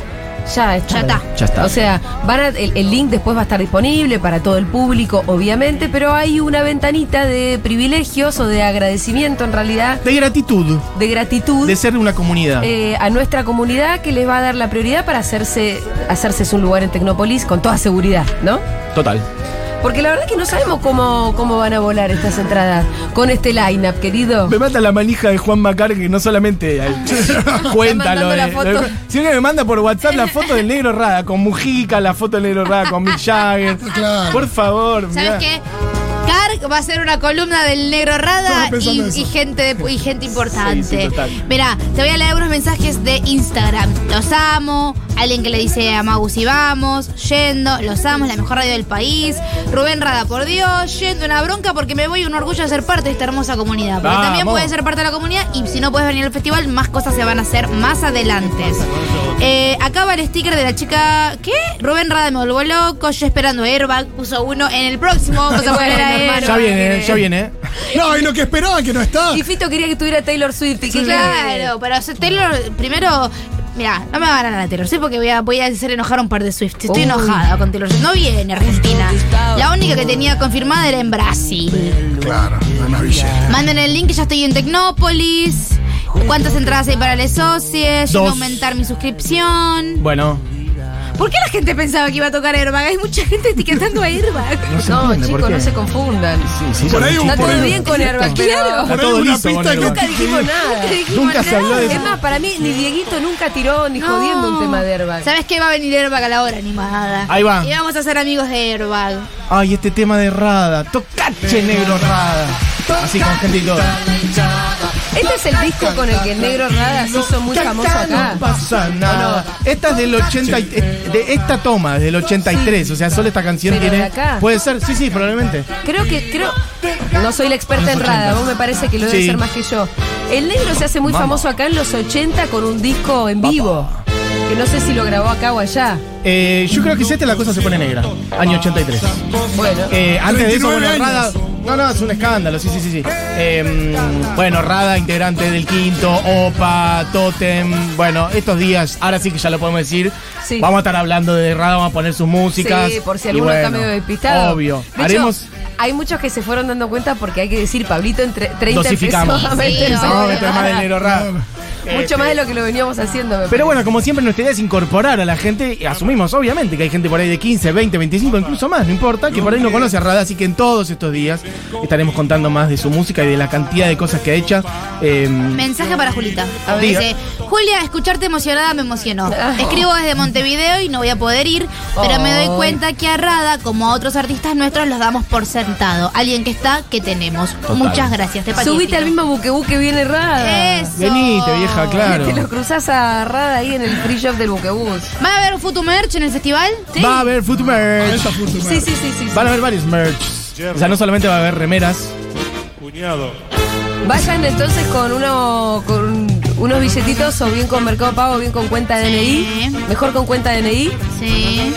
Speaker 2: ya está.
Speaker 1: Ya está.
Speaker 3: Ya está.
Speaker 2: O sea, van a- el, el link después va a estar disponible para todo el público, obviamente, pero hay una ventanita de privilegios o de agradecimiento, en realidad,
Speaker 3: De gratitud,
Speaker 2: de gratitud.
Speaker 3: de ser una comunidad.
Speaker 2: eh, a nuestra comunidad que les va a dar la prioridad para hacerse, hacerse un lugar en Tecnópolis con toda seguridad, ¿no?
Speaker 3: Total.
Speaker 2: Porque la verdad que no sabemos cómo, cómo van a volar estas entradas con este line-up, querido.
Speaker 3: Me mata la manija de Juan Macar que no solamente eh, cuenta lo
Speaker 2: Ah. mandando
Speaker 3: de,
Speaker 2: la
Speaker 3: lo de-
Speaker 2: foto.
Speaker 3: sino que me manda por WhatsApp la foto del negro Rada con Mujica, la foto del negro Rada con Mick Jagger.
Speaker 4: Claro.
Speaker 3: Por favor,
Speaker 1: ¿Sabes
Speaker 3: mirá.
Speaker 1: qué? Karg va a ser una columna del negro Rada
Speaker 4: Estaba pensando
Speaker 1: y,
Speaker 4: eso.
Speaker 1: y gente de- y gente
Speaker 3: Sí, sí,
Speaker 1: importante.
Speaker 3: total.
Speaker 1: Mira, te voy a leer unos mensajes de Instagram. Los amo. Alguien que le dice a Magu si vamos, yendo, los amo, es la mejor radio del país. Rubén Rada, por Dios, yendo una bronca porque me voy un orgullo de ser parte de esta hermosa comunidad. Porque
Speaker 3: Vamos.
Speaker 1: también puedes ser parte de la comunidad y si no puedes venir al festival, más cosas se van a hacer más adelante. Eh, acá va el sticker de la chica. ¿Qué? Rubén Rada me volvó loco, yo esperando airbag, puso uno en el próximo. Vamos a poner a
Speaker 2: Bueno,
Speaker 1: Airbag.
Speaker 3: Ya
Speaker 2: hermano,
Speaker 3: viene,
Speaker 2: mire.
Speaker 3: eh, ya viene. eh.
Speaker 4: No, y lo que esperaban que no está.
Speaker 2: Y Fito quería que tuviera Taylor Swift. y que-
Speaker 1: Claro, pero o sea, Taylor, primero, mira, no me van a ganar a Taylor Swift porque voy a, voy a hacer enojar a un par de Swift. Estoy
Speaker 2: Uy.
Speaker 1: enojada con Taylor Swift. No viene Argentina. La única que tenía confirmada era en Brasil.
Speaker 4: Claro, la navillera.
Speaker 1: Manden el link, ya estoy en Tecnópolis. ¿Cuántas entradas hay para los socios? Yo voy
Speaker 3: Dos.
Speaker 1: a aumentar mi suscripción.
Speaker 3: Bueno,
Speaker 1: ¿Por qué la gente pensaba que iba a tocar Airbag? Hay mucha gente etiquetando a Airbag.
Speaker 2: No,
Speaker 3: entiende por
Speaker 2: chicos,
Speaker 3: qué.
Speaker 2: no se confundan.
Speaker 3: sí,
Speaker 4: Por
Speaker 3: son
Speaker 4: ahí un-
Speaker 3: chicos.
Speaker 2: Está
Speaker 4: por
Speaker 2: todo
Speaker 4: ahí-
Speaker 2: bien con Airbag,
Speaker 3: Está
Speaker 2: pero
Speaker 4: Por ahí
Speaker 3: todo
Speaker 4: una
Speaker 3: listo
Speaker 4: pista
Speaker 3: con el
Speaker 4: que-
Speaker 3: bar.
Speaker 2: nunca dijimos nada.
Speaker 3: Nunca se habló de eso.
Speaker 2: Es más, para mí ni Dieguito nunca tiró ni jodiendo un tema de Airbag.
Speaker 1: ¿Sabes qué? Va a venir Airbag a la hora animada.
Speaker 3: Ahí va.
Speaker 1: Y vamos a ser amigos de Airbag.
Speaker 3: Ay, este tema de Rada. Tocache negro Rada. Así con gente y todo.
Speaker 2: Este es el disco con el que el negro Rada se hizo muy famoso
Speaker 3: Acá
Speaker 2: acá.
Speaker 3: no pasa nada. Esta es del 80 y- eh, de esta toma, del 83, o sea, solo esta canción
Speaker 2: Pero de
Speaker 3: tiene
Speaker 2: acá.
Speaker 3: puede ser, sí, sí, probablemente.
Speaker 2: Creo que, creo. No soy la experta
Speaker 3: Los
Speaker 2: en Rada,
Speaker 3: 80.
Speaker 2: vos me parece que lo debe
Speaker 3: Sí.
Speaker 2: ser más que yo. El negro se hace muy famoso acá en los 80 con un disco en vivo. Que no sé si lo grabó acá o allá.
Speaker 3: Eh, yo creo que si esta la cosa se pone negra, año 83.
Speaker 2: Bueno.
Speaker 3: Eh, antes de eso, bueno,
Speaker 4: 39
Speaker 3: Rada.
Speaker 4: años.
Speaker 3: No, no, es un escándalo, sí, sí, sí. sí. Eh, bueno, Rada, integrante del quinto, Opa, Totem. Bueno, estos días, ahora sí que ya lo podemos decir.
Speaker 2: Sí.
Speaker 3: Vamos a estar hablando de Rada, vamos a poner sus músicas.
Speaker 2: Sí, por si
Speaker 3: y
Speaker 2: alguno está
Speaker 3: bueno,
Speaker 2: medio despistado.
Speaker 3: Obvio.
Speaker 2: De
Speaker 3: Haremos.
Speaker 2: hecho, hay muchos que se fueron dando cuenta porque hay que decir, Pablito, entre 30 empezó
Speaker 3: Dosificamos.
Speaker 2: a meter-
Speaker 1: Sí,
Speaker 3: Vamos a meter más de negro Rada.
Speaker 2: Mucho más de lo que lo veníamos haciendo. me
Speaker 3: Pero bueno, como siempre, nuestra idea es incorporar a la gente. y Asumimos, obviamente, que hay gente por ahí de 15, 20, 25, incluso más, no importa, que por ahí no conoce a Rada. Así que en todos estos días estaremos contando más de su música y de la cantidad de cosas que ha hecho. Em,
Speaker 1: Mensaje para Julita.
Speaker 3: A ver. Ah.
Speaker 1: Dice, Julia, escucharte emocionada me emocionó. Escribo desde Montevideo y no voy a poder ir, pero me doy
Speaker 2: Ay.
Speaker 1: cuenta que a Rada, como a otros artistas nuestros, los damos por sentado. Alguien que está, que tenemos. Muchas gracias. Te
Speaker 2: parece. Subite al mismo buquebuque que viene Rada.
Speaker 1: Eso.
Speaker 3: venite, vieja, claro.
Speaker 2: Te lo cruzás a Rada ahí en el free shop del buquebús.
Speaker 1: ¿Va a haber Futu Merch en el festival?
Speaker 3: Va a haber food merch.
Speaker 2: Sí, sí, sí, sí. sí.
Speaker 3: Van a haber varios merchs. O sea, no solamente va a haber remeras.
Speaker 9: Cuñado.
Speaker 2: Vayan entonces con, uno, con unos billetitos o bien con Mercado Pago o bien con cuenta
Speaker 1: Sí.
Speaker 2: DNI. Mejor con cuenta DNI.
Speaker 1: Sí.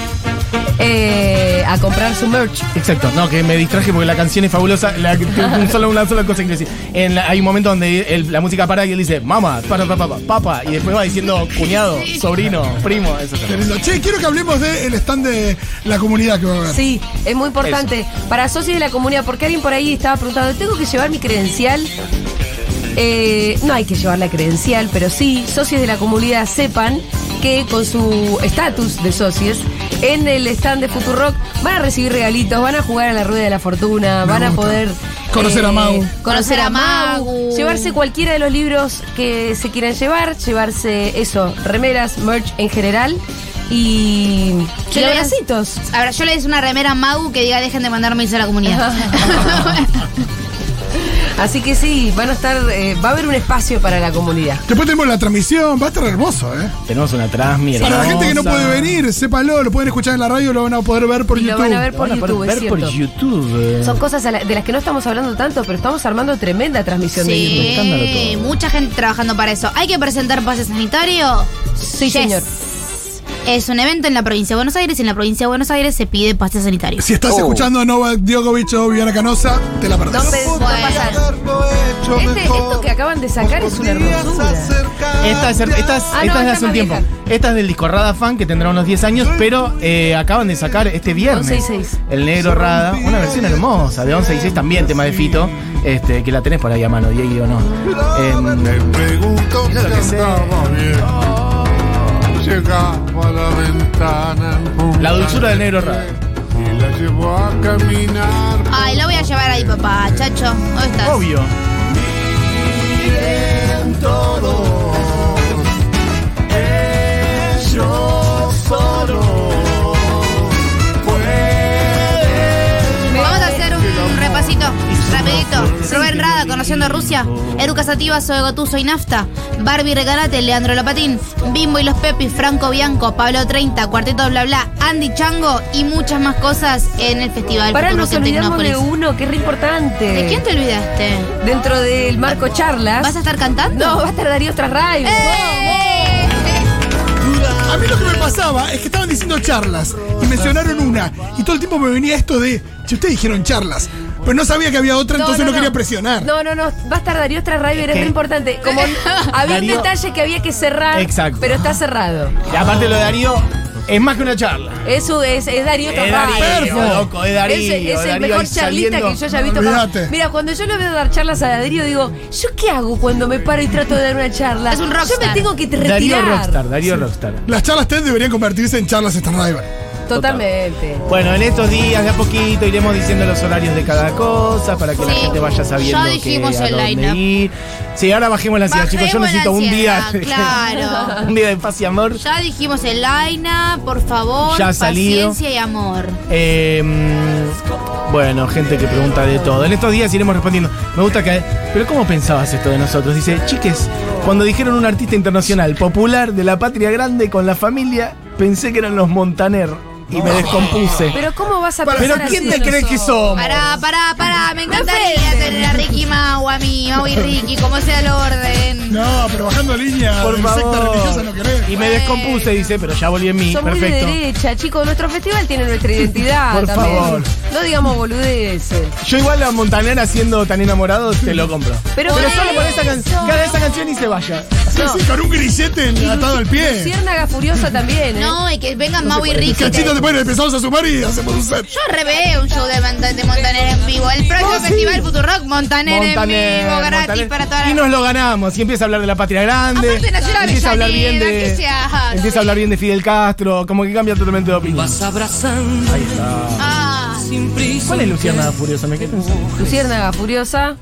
Speaker 2: eh, a comprar su merch.
Speaker 3: Exacto, no, que me distraje porque la canción es fabulosa. La, un solo- una sola cosa que quiero decir. En la- hay un momento donde el- la música para y él dice, mamá, para, papá, papá, y después va diciendo cuñado, sobrino, primo, eso
Speaker 4: Qué lindo. Che, quiero que hablemos del stand de la comunidad que va a haber.
Speaker 2: Sí, es muy importante. Para socios de la comunidad, porque alguien por ahí estaba preguntando, ¿tengo que llevar mi credencial? Eh, no hay que llevar la credencial, pero sí, socios de la comunidad sepan que con su estatus de socios, en el stand de Futurock van a recibir regalitos, van a jugar a la rueda de la fortuna,
Speaker 4: Me
Speaker 2: van a
Speaker 4: gusta.
Speaker 2: poder... eh,
Speaker 4: Conocer a Mau.
Speaker 2: Conocer a Mau. Llevarse cualquiera de los libros que se quieran llevar, llevarse eso, remeras, merch en general y... y
Speaker 1: le-
Speaker 2: abracitos.
Speaker 1: Ahora yo le hice una remera a Mau que diga dejen de mandar mails a la comunidad.
Speaker 2: Así que sí, van a estar, eh, va a haber un espacio para la comunidad.
Speaker 4: Después tenemos la transmisión, va a estar hermoso, ¿eh?
Speaker 3: Tenemos una transmi
Speaker 4: Para la
Speaker 3: hermosa.
Speaker 4: gente que no puede venir, sépalo, lo pueden escuchar en la radio, lo van a poder ver por
Speaker 2: Y lo
Speaker 4: YouTube.
Speaker 2: van a ver por
Speaker 3: Van a poder
Speaker 2: YouTube, es
Speaker 3: ver por
Speaker 2: cierto.
Speaker 3: YouTube. eh.
Speaker 2: Son cosas a la- de las que no estamos hablando tanto, pero estamos armando tremenda transmisión de YouTube.
Speaker 1: sí, mucha gente trabajando para eso. ¿Hay que presentar pase sanitario?
Speaker 2: Sí,
Speaker 1: Yes.
Speaker 2: señor.
Speaker 1: Es un evento en la provincia de Buenos Aires y en la provincia de Buenos Aires se pide pase sanitario.
Speaker 4: Si estás escuchando a Novak Djokovic o Viviana Canosa, te la perdés.
Speaker 2: No pensé no pasar. Este, esto que acaban de sacar es una hermosura.
Speaker 3: Esta es, esta es-
Speaker 2: Ah,
Speaker 3: esta es
Speaker 2: no,
Speaker 3: de
Speaker 2: esta
Speaker 3: hace un
Speaker 2: es
Speaker 3: tiempo.
Speaker 2: más
Speaker 3: Esta es del disco Rada Fan, que tendrá unos 10 años, pero eh, acaban de sacar este viernes
Speaker 2: 11 y 6.
Speaker 3: el negro Rada, una versión hermosa de 11 y 6 también, tema de Fito, este, que la tenés por ahí a mano, Diego, no. Em,
Speaker 6: pregunto
Speaker 3: Mira lo que
Speaker 6: si
Speaker 3: sé.
Speaker 6: andaba bien. Llegaba a la ventana. en
Speaker 3: La dulzura del negro
Speaker 6: punta
Speaker 3: raro.
Speaker 6: Y la llevó a caminar.
Speaker 1: Ay, lo voy a llevar ahí, papá, chacho. ¿Dónde estás?
Speaker 3: obvio.
Speaker 1: Vamos a hacer un repasito, rapidito. Rubén Rada, conociendo Rusia. Eruca Sativa, Zoe Gotuso y Nafta. Barbie Regalate, Leandro Lopatín. Bimbo y los Pepis, Franco Bianco, Pablo 30, Cuarteto Bla Bla, Andy Chango y muchas más cosas en el Festival
Speaker 2: Para
Speaker 1: Futuro
Speaker 2: nos
Speaker 1: en
Speaker 2: olvidamos de
Speaker 1: Tecnópolis.
Speaker 2: uno que es re importante.
Speaker 1: ¿De quién te olvidaste?
Speaker 2: Dentro del marco charlas.
Speaker 1: ¿Vas a estar cantando?
Speaker 2: No, va a estar Darío Trasrayo.
Speaker 1: ¡Eh!
Speaker 4: A mí lo que me pasaba es que estaban diciendo charlas y mencionaron una. Y todo el tiempo me venía esto de, si ustedes dijeron charlas, pero no sabía que había otra, entonces no, quería presionar.
Speaker 2: No, no, no. Va a estar Darío Trasrayo, era
Speaker 3: que-
Speaker 2: re importante. Como había
Speaker 3: Darío-
Speaker 2: un detalle que había que cerrar,
Speaker 3: Exacto.
Speaker 2: pero está cerrado.
Speaker 3: Y aparte lo de Darío es más que una charla.
Speaker 2: Eso es, es Darío
Speaker 3: Es
Speaker 2: Trasrayo.
Speaker 3: Darío,
Speaker 2: Perfo.
Speaker 3: loco, es Darío,
Speaker 2: Es, es el
Speaker 3: Darío
Speaker 2: mejor
Speaker 3: ahí
Speaker 2: charlista
Speaker 3: saliendo.
Speaker 2: que yo haya visto.
Speaker 4: Olvídate.
Speaker 2: Mira, cuando yo lo veo dar charlas a Darío, digo, ¿yo qué hago cuando me paro y trato de dar una charla?
Speaker 1: Es un
Speaker 2: Yo me
Speaker 1: rockstar.
Speaker 2: tengo que retirar.
Speaker 3: Darío Rockstar, Darío Rockstar.
Speaker 4: Las charlas TED deberían convertirse en charlas Stan Rival.
Speaker 2: Totalmente.
Speaker 3: Bueno, en estos días de a poquito iremos diciendo los horarios de cada cosa para que la
Speaker 1: Sí.
Speaker 3: gente vaya sabiendo
Speaker 1: Ya dijimos
Speaker 3: qué, a
Speaker 1: el
Speaker 3: dónde
Speaker 1: lineup.
Speaker 3: ir. Sí, ahora bajemos la ansiedad, chicos. Yo
Speaker 1: Bajemos la
Speaker 3: necesito un día,
Speaker 1: ansiedad, claro.
Speaker 3: un día de paz y amor.
Speaker 1: Ya dijimos el Aina, por favor,
Speaker 3: Ya ha salido.
Speaker 1: paciencia y amor.
Speaker 3: Eh, mm, bueno, gente que pregunta de todo. En estos días iremos respondiendo. Me gusta que. Pero ¿cómo pensabas esto de nosotros? Dice, chiques, cuando dijeron un artista internacional popular de la patria grande con la familia, pensé que eran los Montaner y me descompuse.
Speaker 2: Pero ¿cómo vas a
Speaker 4: Pero
Speaker 3: Pero
Speaker 2: pensar
Speaker 3: ¿quién
Speaker 2: así
Speaker 3: te
Speaker 2: de
Speaker 3: crees que
Speaker 2: nosotros?
Speaker 3: somos?
Speaker 1: Pará, pará, pará, me encantaría
Speaker 2: ofenden.
Speaker 1: tener a Ricky Mau a mí, Mau y Ricky, como sea el orden.
Speaker 4: No, pero bajando línea
Speaker 3: Por
Speaker 4: de secta religiosa
Speaker 3: favor.
Speaker 4: no querés.
Speaker 3: Y me descompuse, dice, pero ya volví en mí.
Speaker 2: Son
Speaker 3: Perfecto.
Speaker 2: muy de derecha, chicos. Nuestro festival tiene nuestra identidad.
Speaker 3: Por
Speaker 2: también.
Speaker 3: favor.
Speaker 2: No digamos boludeces.
Speaker 3: Yo igual a Montaner siendo tan enamorado, te lo compro. Pero,
Speaker 2: Pero por
Speaker 3: solo
Speaker 2: eso.
Speaker 3: por esa canción. Cada esa canción y se vaya.
Speaker 4: Sí, sí, con un grillete atado al pie.
Speaker 2: Luciérnaga furiosa también, ¿eh?
Speaker 1: No, y que vengan Maui y Ricky.
Speaker 4: Cachito, después empezamos a sumar y hacemos un set.
Speaker 1: Yo reveo un show de, Monta- de Montaner en vivo. El próximo festival Futurock, Montaner,
Speaker 3: Montaner,
Speaker 1: en vivo, gratis
Speaker 3: Montaner.
Speaker 1: para toda
Speaker 3: Y
Speaker 1: la
Speaker 3: nos lo ganamos. Y empieza a hablar de la patria grande.
Speaker 1: Aparte nació la
Speaker 3: empieza a hablar bien
Speaker 1: Avellaneda,
Speaker 3: de.
Speaker 1: que sea-
Speaker 3: Empieza a hablar bien de Fidel Castro. Como que cambia totalmente de opinión.
Speaker 8: abrazando
Speaker 3: Ahí está.
Speaker 1: Ah,
Speaker 3: ¿Cuál es Luciana Furiosa? ¿Me quedé pensando.
Speaker 2: Luciérnaga furiosa.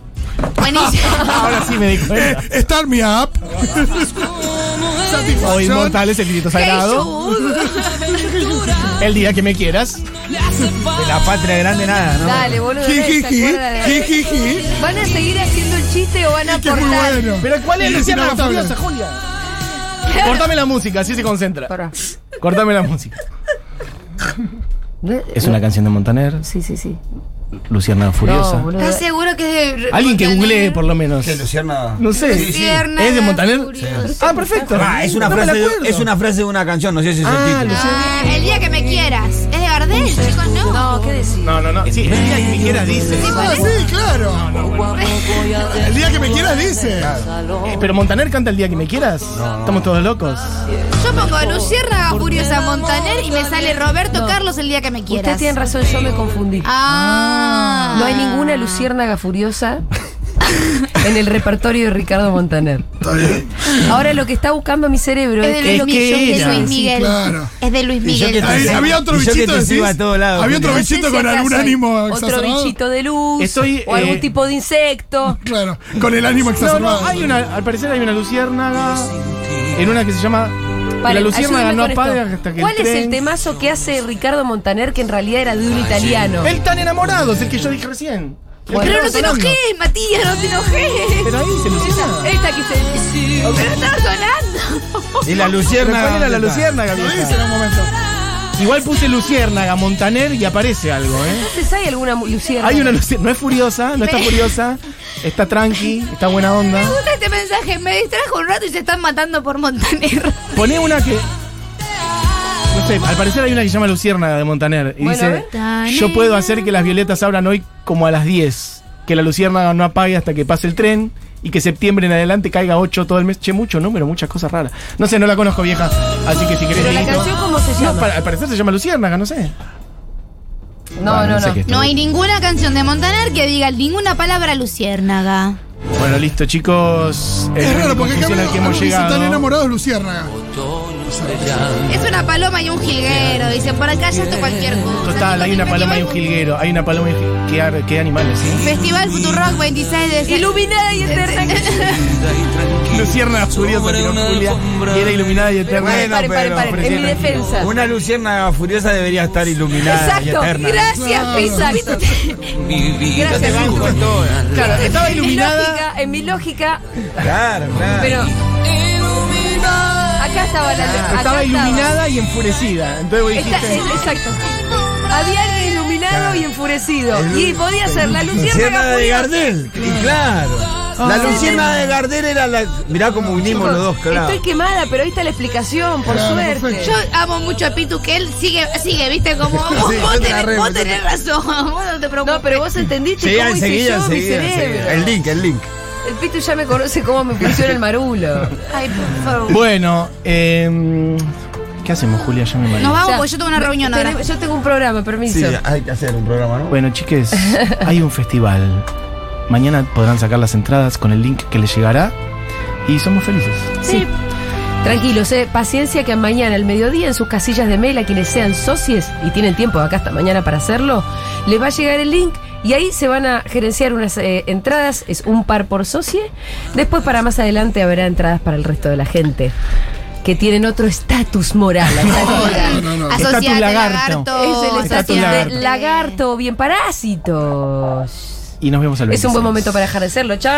Speaker 1: buenísimo.
Speaker 3: Ahora sí me di
Speaker 4: Eh,
Speaker 3: cuenta.
Speaker 4: Star mi app.
Speaker 3: O
Speaker 4: Satisfacción.
Speaker 3: Inmortal es el grito sagrado. El día que me quieras.
Speaker 9: De la patria grande nada, ¿no?
Speaker 2: Dale, boludo. ¿se
Speaker 4: Jijiji.
Speaker 2: acuerda de-
Speaker 4: Jijiji.
Speaker 2: ¿Van a seguir haciendo el chiste o van a
Speaker 4: Que es muy
Speaker 2: aportar?
Speaker 4: bueno.
Speaker 3: Pero ¿cuál es
Speaker 4: Y si no,
Speaker 3: Luciana
Speaker 4: no habla.
Speaker 3: Furiosa, Julia? Cortame la música, así se concentra.
Speaker 2: Pará.
Speaker 3: Cortame la música. Es una canción de Montaner,
Speaker 2: Sí, sí, sí.
Speaker 3: Luciana
Speaker 2: No,
Speaker 3: Furiosa.
Speaker 2: boludo.
Speaker 1: ¿Estás seguro que es de.
Speaker 3: Alguien que
Speaker 1: Montaner?
Speaker 3: googlee por lo menos.
Speaker 5: Que Luciana.
Speaker 3: No sé.
Speaker 1: Luciérnaga
Speaker 3: ¿Es de Montaner?
Speaker 1: Furiosa.
Speaker 3: Ah, perfecto.
Speaker 9: Ah, es una,
Speaker 3: No me la
Speaker 9: frase
Speaker 3: acuerdo.
Speaker 9: de, es una frase de una canción, no sé si es el
Speaker 3: Ah,
Speaker 9: título.
Speaker 1: Ah, el día que me quieras. ¿Es de Gardel, chicos? No.
Speaker 2: No, ¿qué decís?
Speaker 3: No, no, no. Sí, el día que me quieras dice.
Speaker 4: Ah, sí, claro. El día que me quieras dice.
Speaker 3: Eh, Pero Montaner canta el día que me quieras. Estamos todos locos.
Speaker 1: Yo pongo Luciérnaga Furiosa Montaner y me sale Roberto Carlos el día que me quieras.
Speaker 2: Ustedes tienen razón, yo me confundí.
Speaker 1: Ah.
Speaker 2: No hay ninguna luciérnaga furiosa en el repertorio de Ricardo Montaner.
Speaker 4: Está bien.
Speaker 2: Ahora lo que está buscando mi cerebro
Speaker 1: Es
Speaker 2: es
Speaker 1: de Luis,
Speaker 2: que
Speaker 3: Es
Speaker 1: Miguel,
Speaker 3: que
Speaker 1: es de
Speaker 3: era.
Speaker 1: Luis Miguel.
Speaker 4: claro.
Speaker 1: Es de Luis
Speaker 9: yo
Speaker 1: Miguel.
Speaker 9: que
Speaker 4: Ahí,
Speaker 9: Sí.
Speaker 4: había otro
Speaker 9: Y yo que
Speaker 4: bichito,
Speaker 9: te sigo
Speaker 4: decís.
Speaker 9: a todos lados,
Speaker 4: Había otro
Speaker 9: Julia.
Speaker 2: No sé
Speaker 4: bichito
Speaker 2: si
Speaker 4: con
Speaker 2: acá
Speaker 4: algún
Speaker 2: soy
Speaker 4: ánimo
Speaker 2: Otro
Speaker 4: exacerbado.
Speaker 2: bichito de luz.
Speaker 3: Estoy,
Speaker 2: o algún
Speaker 3: eh,
Speaker 2: tipo de insecto.
Speaker 4: Claro, con el ánimo
Speaker 3: No,
Speaker 4: exacerbado.
Speaker 3: no, hay una, al parecer hay una luciérnaga en una que se llama
Speaker 2: Paren,
Speaker 3: La luciérnaga
Speaker 2: ayúdenme
Speaker 3: no
Speaker 2: con esto.
Speaker 3: apaga hasta que
Speaker 2: ¿Cuál es el
Speaker 3: tren-
Speaker 2: temazo que hace Ricardo Montaner que en realidad era de un italiano?
Speaker 3: El tan enamorado, es el que yo dije recién. El
Speaker 2: Bueno.
Speaker 3: que
Speaker 1: Pero no te
Speaker 3: estaba sonando.
Speaker 1: enojes, Matías, no te enojes.
Speaker 3: Pero ahí se Luciana.
Speaker 2: Esta que se...
Speaker 1: Pero estaba sonando.
Speaker 9: Y la
Speaker 3: Pero
Speaker 9: lucierna.
Speaker 3: ¿Cuál era la luciérnaga,
Speaker 4: Lo
Speaker 3: vieja?
Speaker 4: dice en un momento.
Speaker 3: Igual puse luciérnaga, Montaner y aparece algo, ¿eh?
Speaker 2: Entonces hay alguna mu- luciérnaga.
Speaker 3: Hay una luciérnaga, no es furiosa, no está
Speaker 1: Me-
Speaker 3: furiosa, está tranqui, está buena onda.
Speaker 1: Me gusta este mensaje. Me distrajo un rato y se están matando por Montaner.
Speaker 3: Poné una que. No sé, al parecer hay una que se llama Luciérnaga de Montaner. Y
Speaker 2: Bueno, a
Speaker 3: dice:
Speaker 2: ver.
Speaker 3: Yo puedo hacer que las violetas abran hoy como a las 10. Que la Luciérnaga no apague hasta que pase el tren. Y que septiembre en adelante caiga 8 todo el mes. Che, mucho número, muchas cosas raras. No sé, no la conozco, vieja. Así que si querés.
Speaker 2: Pero la
Speaker 3: Dieguito-
Speaker 2: canción, ¿cómo se
Speaker 3: No,
Speaker 2: llama?
Speaker 3: para- al parecer se llama Luciérnaga, no sé.
Speaker 2: No, no,
Speaker 3: sé
Speaker 2: no.
Speaker 3: qué es.
Speaker 1: No hay ninguna canción de Montaner que diga ninguna palabra luciérnaga.
Speaker 3: Bueno, listo, chicos. El
Speaker 4: Es raro
Speaker 3: único
Speaker 4: porque acá
Speaker 3: conclusión al
Speaker 4: me-
Speaker 3: que hemos
Speaker 4: algunos dicen tan
Speaker 3: llegado.
Speaker 4: enamorados Luciérnaga.
Speaker 1: Es una paloma y un jilguero. Dice, por acá ya esto cualquier cosa.
Speaker 3: Total, hay una paloma y un jilguero. Hay una paloma y un jil- Qué, ar- qué animales, ¿sí?
Speaker 1: Festival Futurock 26 de
Speaker 2: Iluminada y eterna.
Speaker 3: Lucierna furiosa tiró Julia y era iluminada y eterna.
Speaker 9: Bueno,
Speaker 2: Paren, paren,
Speaker 9: pero
Speaker 2: paren. En mi
Speaker 3: ofrecieron-
Speaker 2: defensa.
Speaker 9: Una lucierna furiosa debería estar iluminada y
Speaker 2: Exacto,
Speaker 9: eterna.
Speaker 2: gracias, Pisa. Gracias, Pisa.
Speaker 3: Claro, estaba
Speaker 2: En mi
Speaker 3: iluminada.
Speaker 2: lógica- En mi lógica,
Speaker 9: Claro, claro.
Speaker 2: pero. Acá estaba la acá
Speaker 3: Estaba iluminada y enfurecida. Entonces vos
Speaker 2: Está-
Speaker 3: dijiste.
Speaker 2: es- exacto. Había alguien iluminado y enfurecido. Y podía ser la
Speaker 9: Lucierna
Speaker 2: luciérnaga
Speaker 9: de
Speaker 2: furiosa.
Speaker 9: Gardel, y claro. La lucierna de Gardel era la. Mirá cómo unimos los dos, claro.
Speaker 2: Estoy quemada, pero ahí está la explicación, por
Speaker 4: Claro,
Speaker 2: suerte.
Speaker 4: perfecto.
Speaker 1: Yo amo mucho a Pitu, que él sigue, sigue, viste, como vos,
Speaker 5: yo
Speaker 1: vos
Speaker 5: te la
Speaker 1: tenés,
Speaker 5: arreglo,
Speaker 1: vos
Speaker 5: yo te-
Speaker 1: tenés razón, vos no te preocupes.
Speaker 2: No, pero vos entendiste
Speaker 9: Sí,
Speaker 2: cómo hice
Speaker 9: enseguida,
Speaker 2: yo mi
Speaker 9: enseguida,
Speaker 2: cerebro.
Speaker 9: enseguida.
Speaker 5: El link, el link.
Speaker 2: El Pitu ya me conoce cómo me funciona el marulo.
Speaker 1: Ay, por favor.
Speaker 3: Bueno, eh, ¿qué hacemos, Julia? Ya me
Speaker 1: Nos
Speaker 3: mareo.
Speaker 1: vamos
Speaker 2: Ya.
Speaker 1: porque Ah, yo tengo una reunión ahora.
Speaker 2: Tenemos- Yo tengo un programa, permiso.
Speaker 5: Sí, hay que hacer un programa, ¿no?
Speaker 3: Bueno, chiques, hay un festival. Mañana podrán sacar las entradas con el link que les llegará. Y somos felices.
Speaker 2: Sí. Tranquilos, eh, paciencia que mañana al mediodía en sus casillas de mail a quienes sean socios y tienen tiempo de acá hasta mañana para hacerlo, les va a llegar el link y ahí se van a gerenciar unas eh, entradas, es un par por socio. Después para más adelante habrá entradas para el resto de la gente que tienen otro estatus moral. a esta altura.
Speaker 4: No, no, no.
Speaker 3: Está tu
Speaker 1: Asociate,
Speaker 3: lagarto.
Speaker 1: lagarto.
Speaker 2: es el
Speaker 3: Está tu
Speaker 2: estatus
Speaker 3: lagarto.
Speaker 2: de lagarto o bien parásitos.
Speaker 3: Y nos vemos al
Speaker 2: Es un
Speaker 3: 26.
Speaker 2: buen momento para dejar de serlo, chao.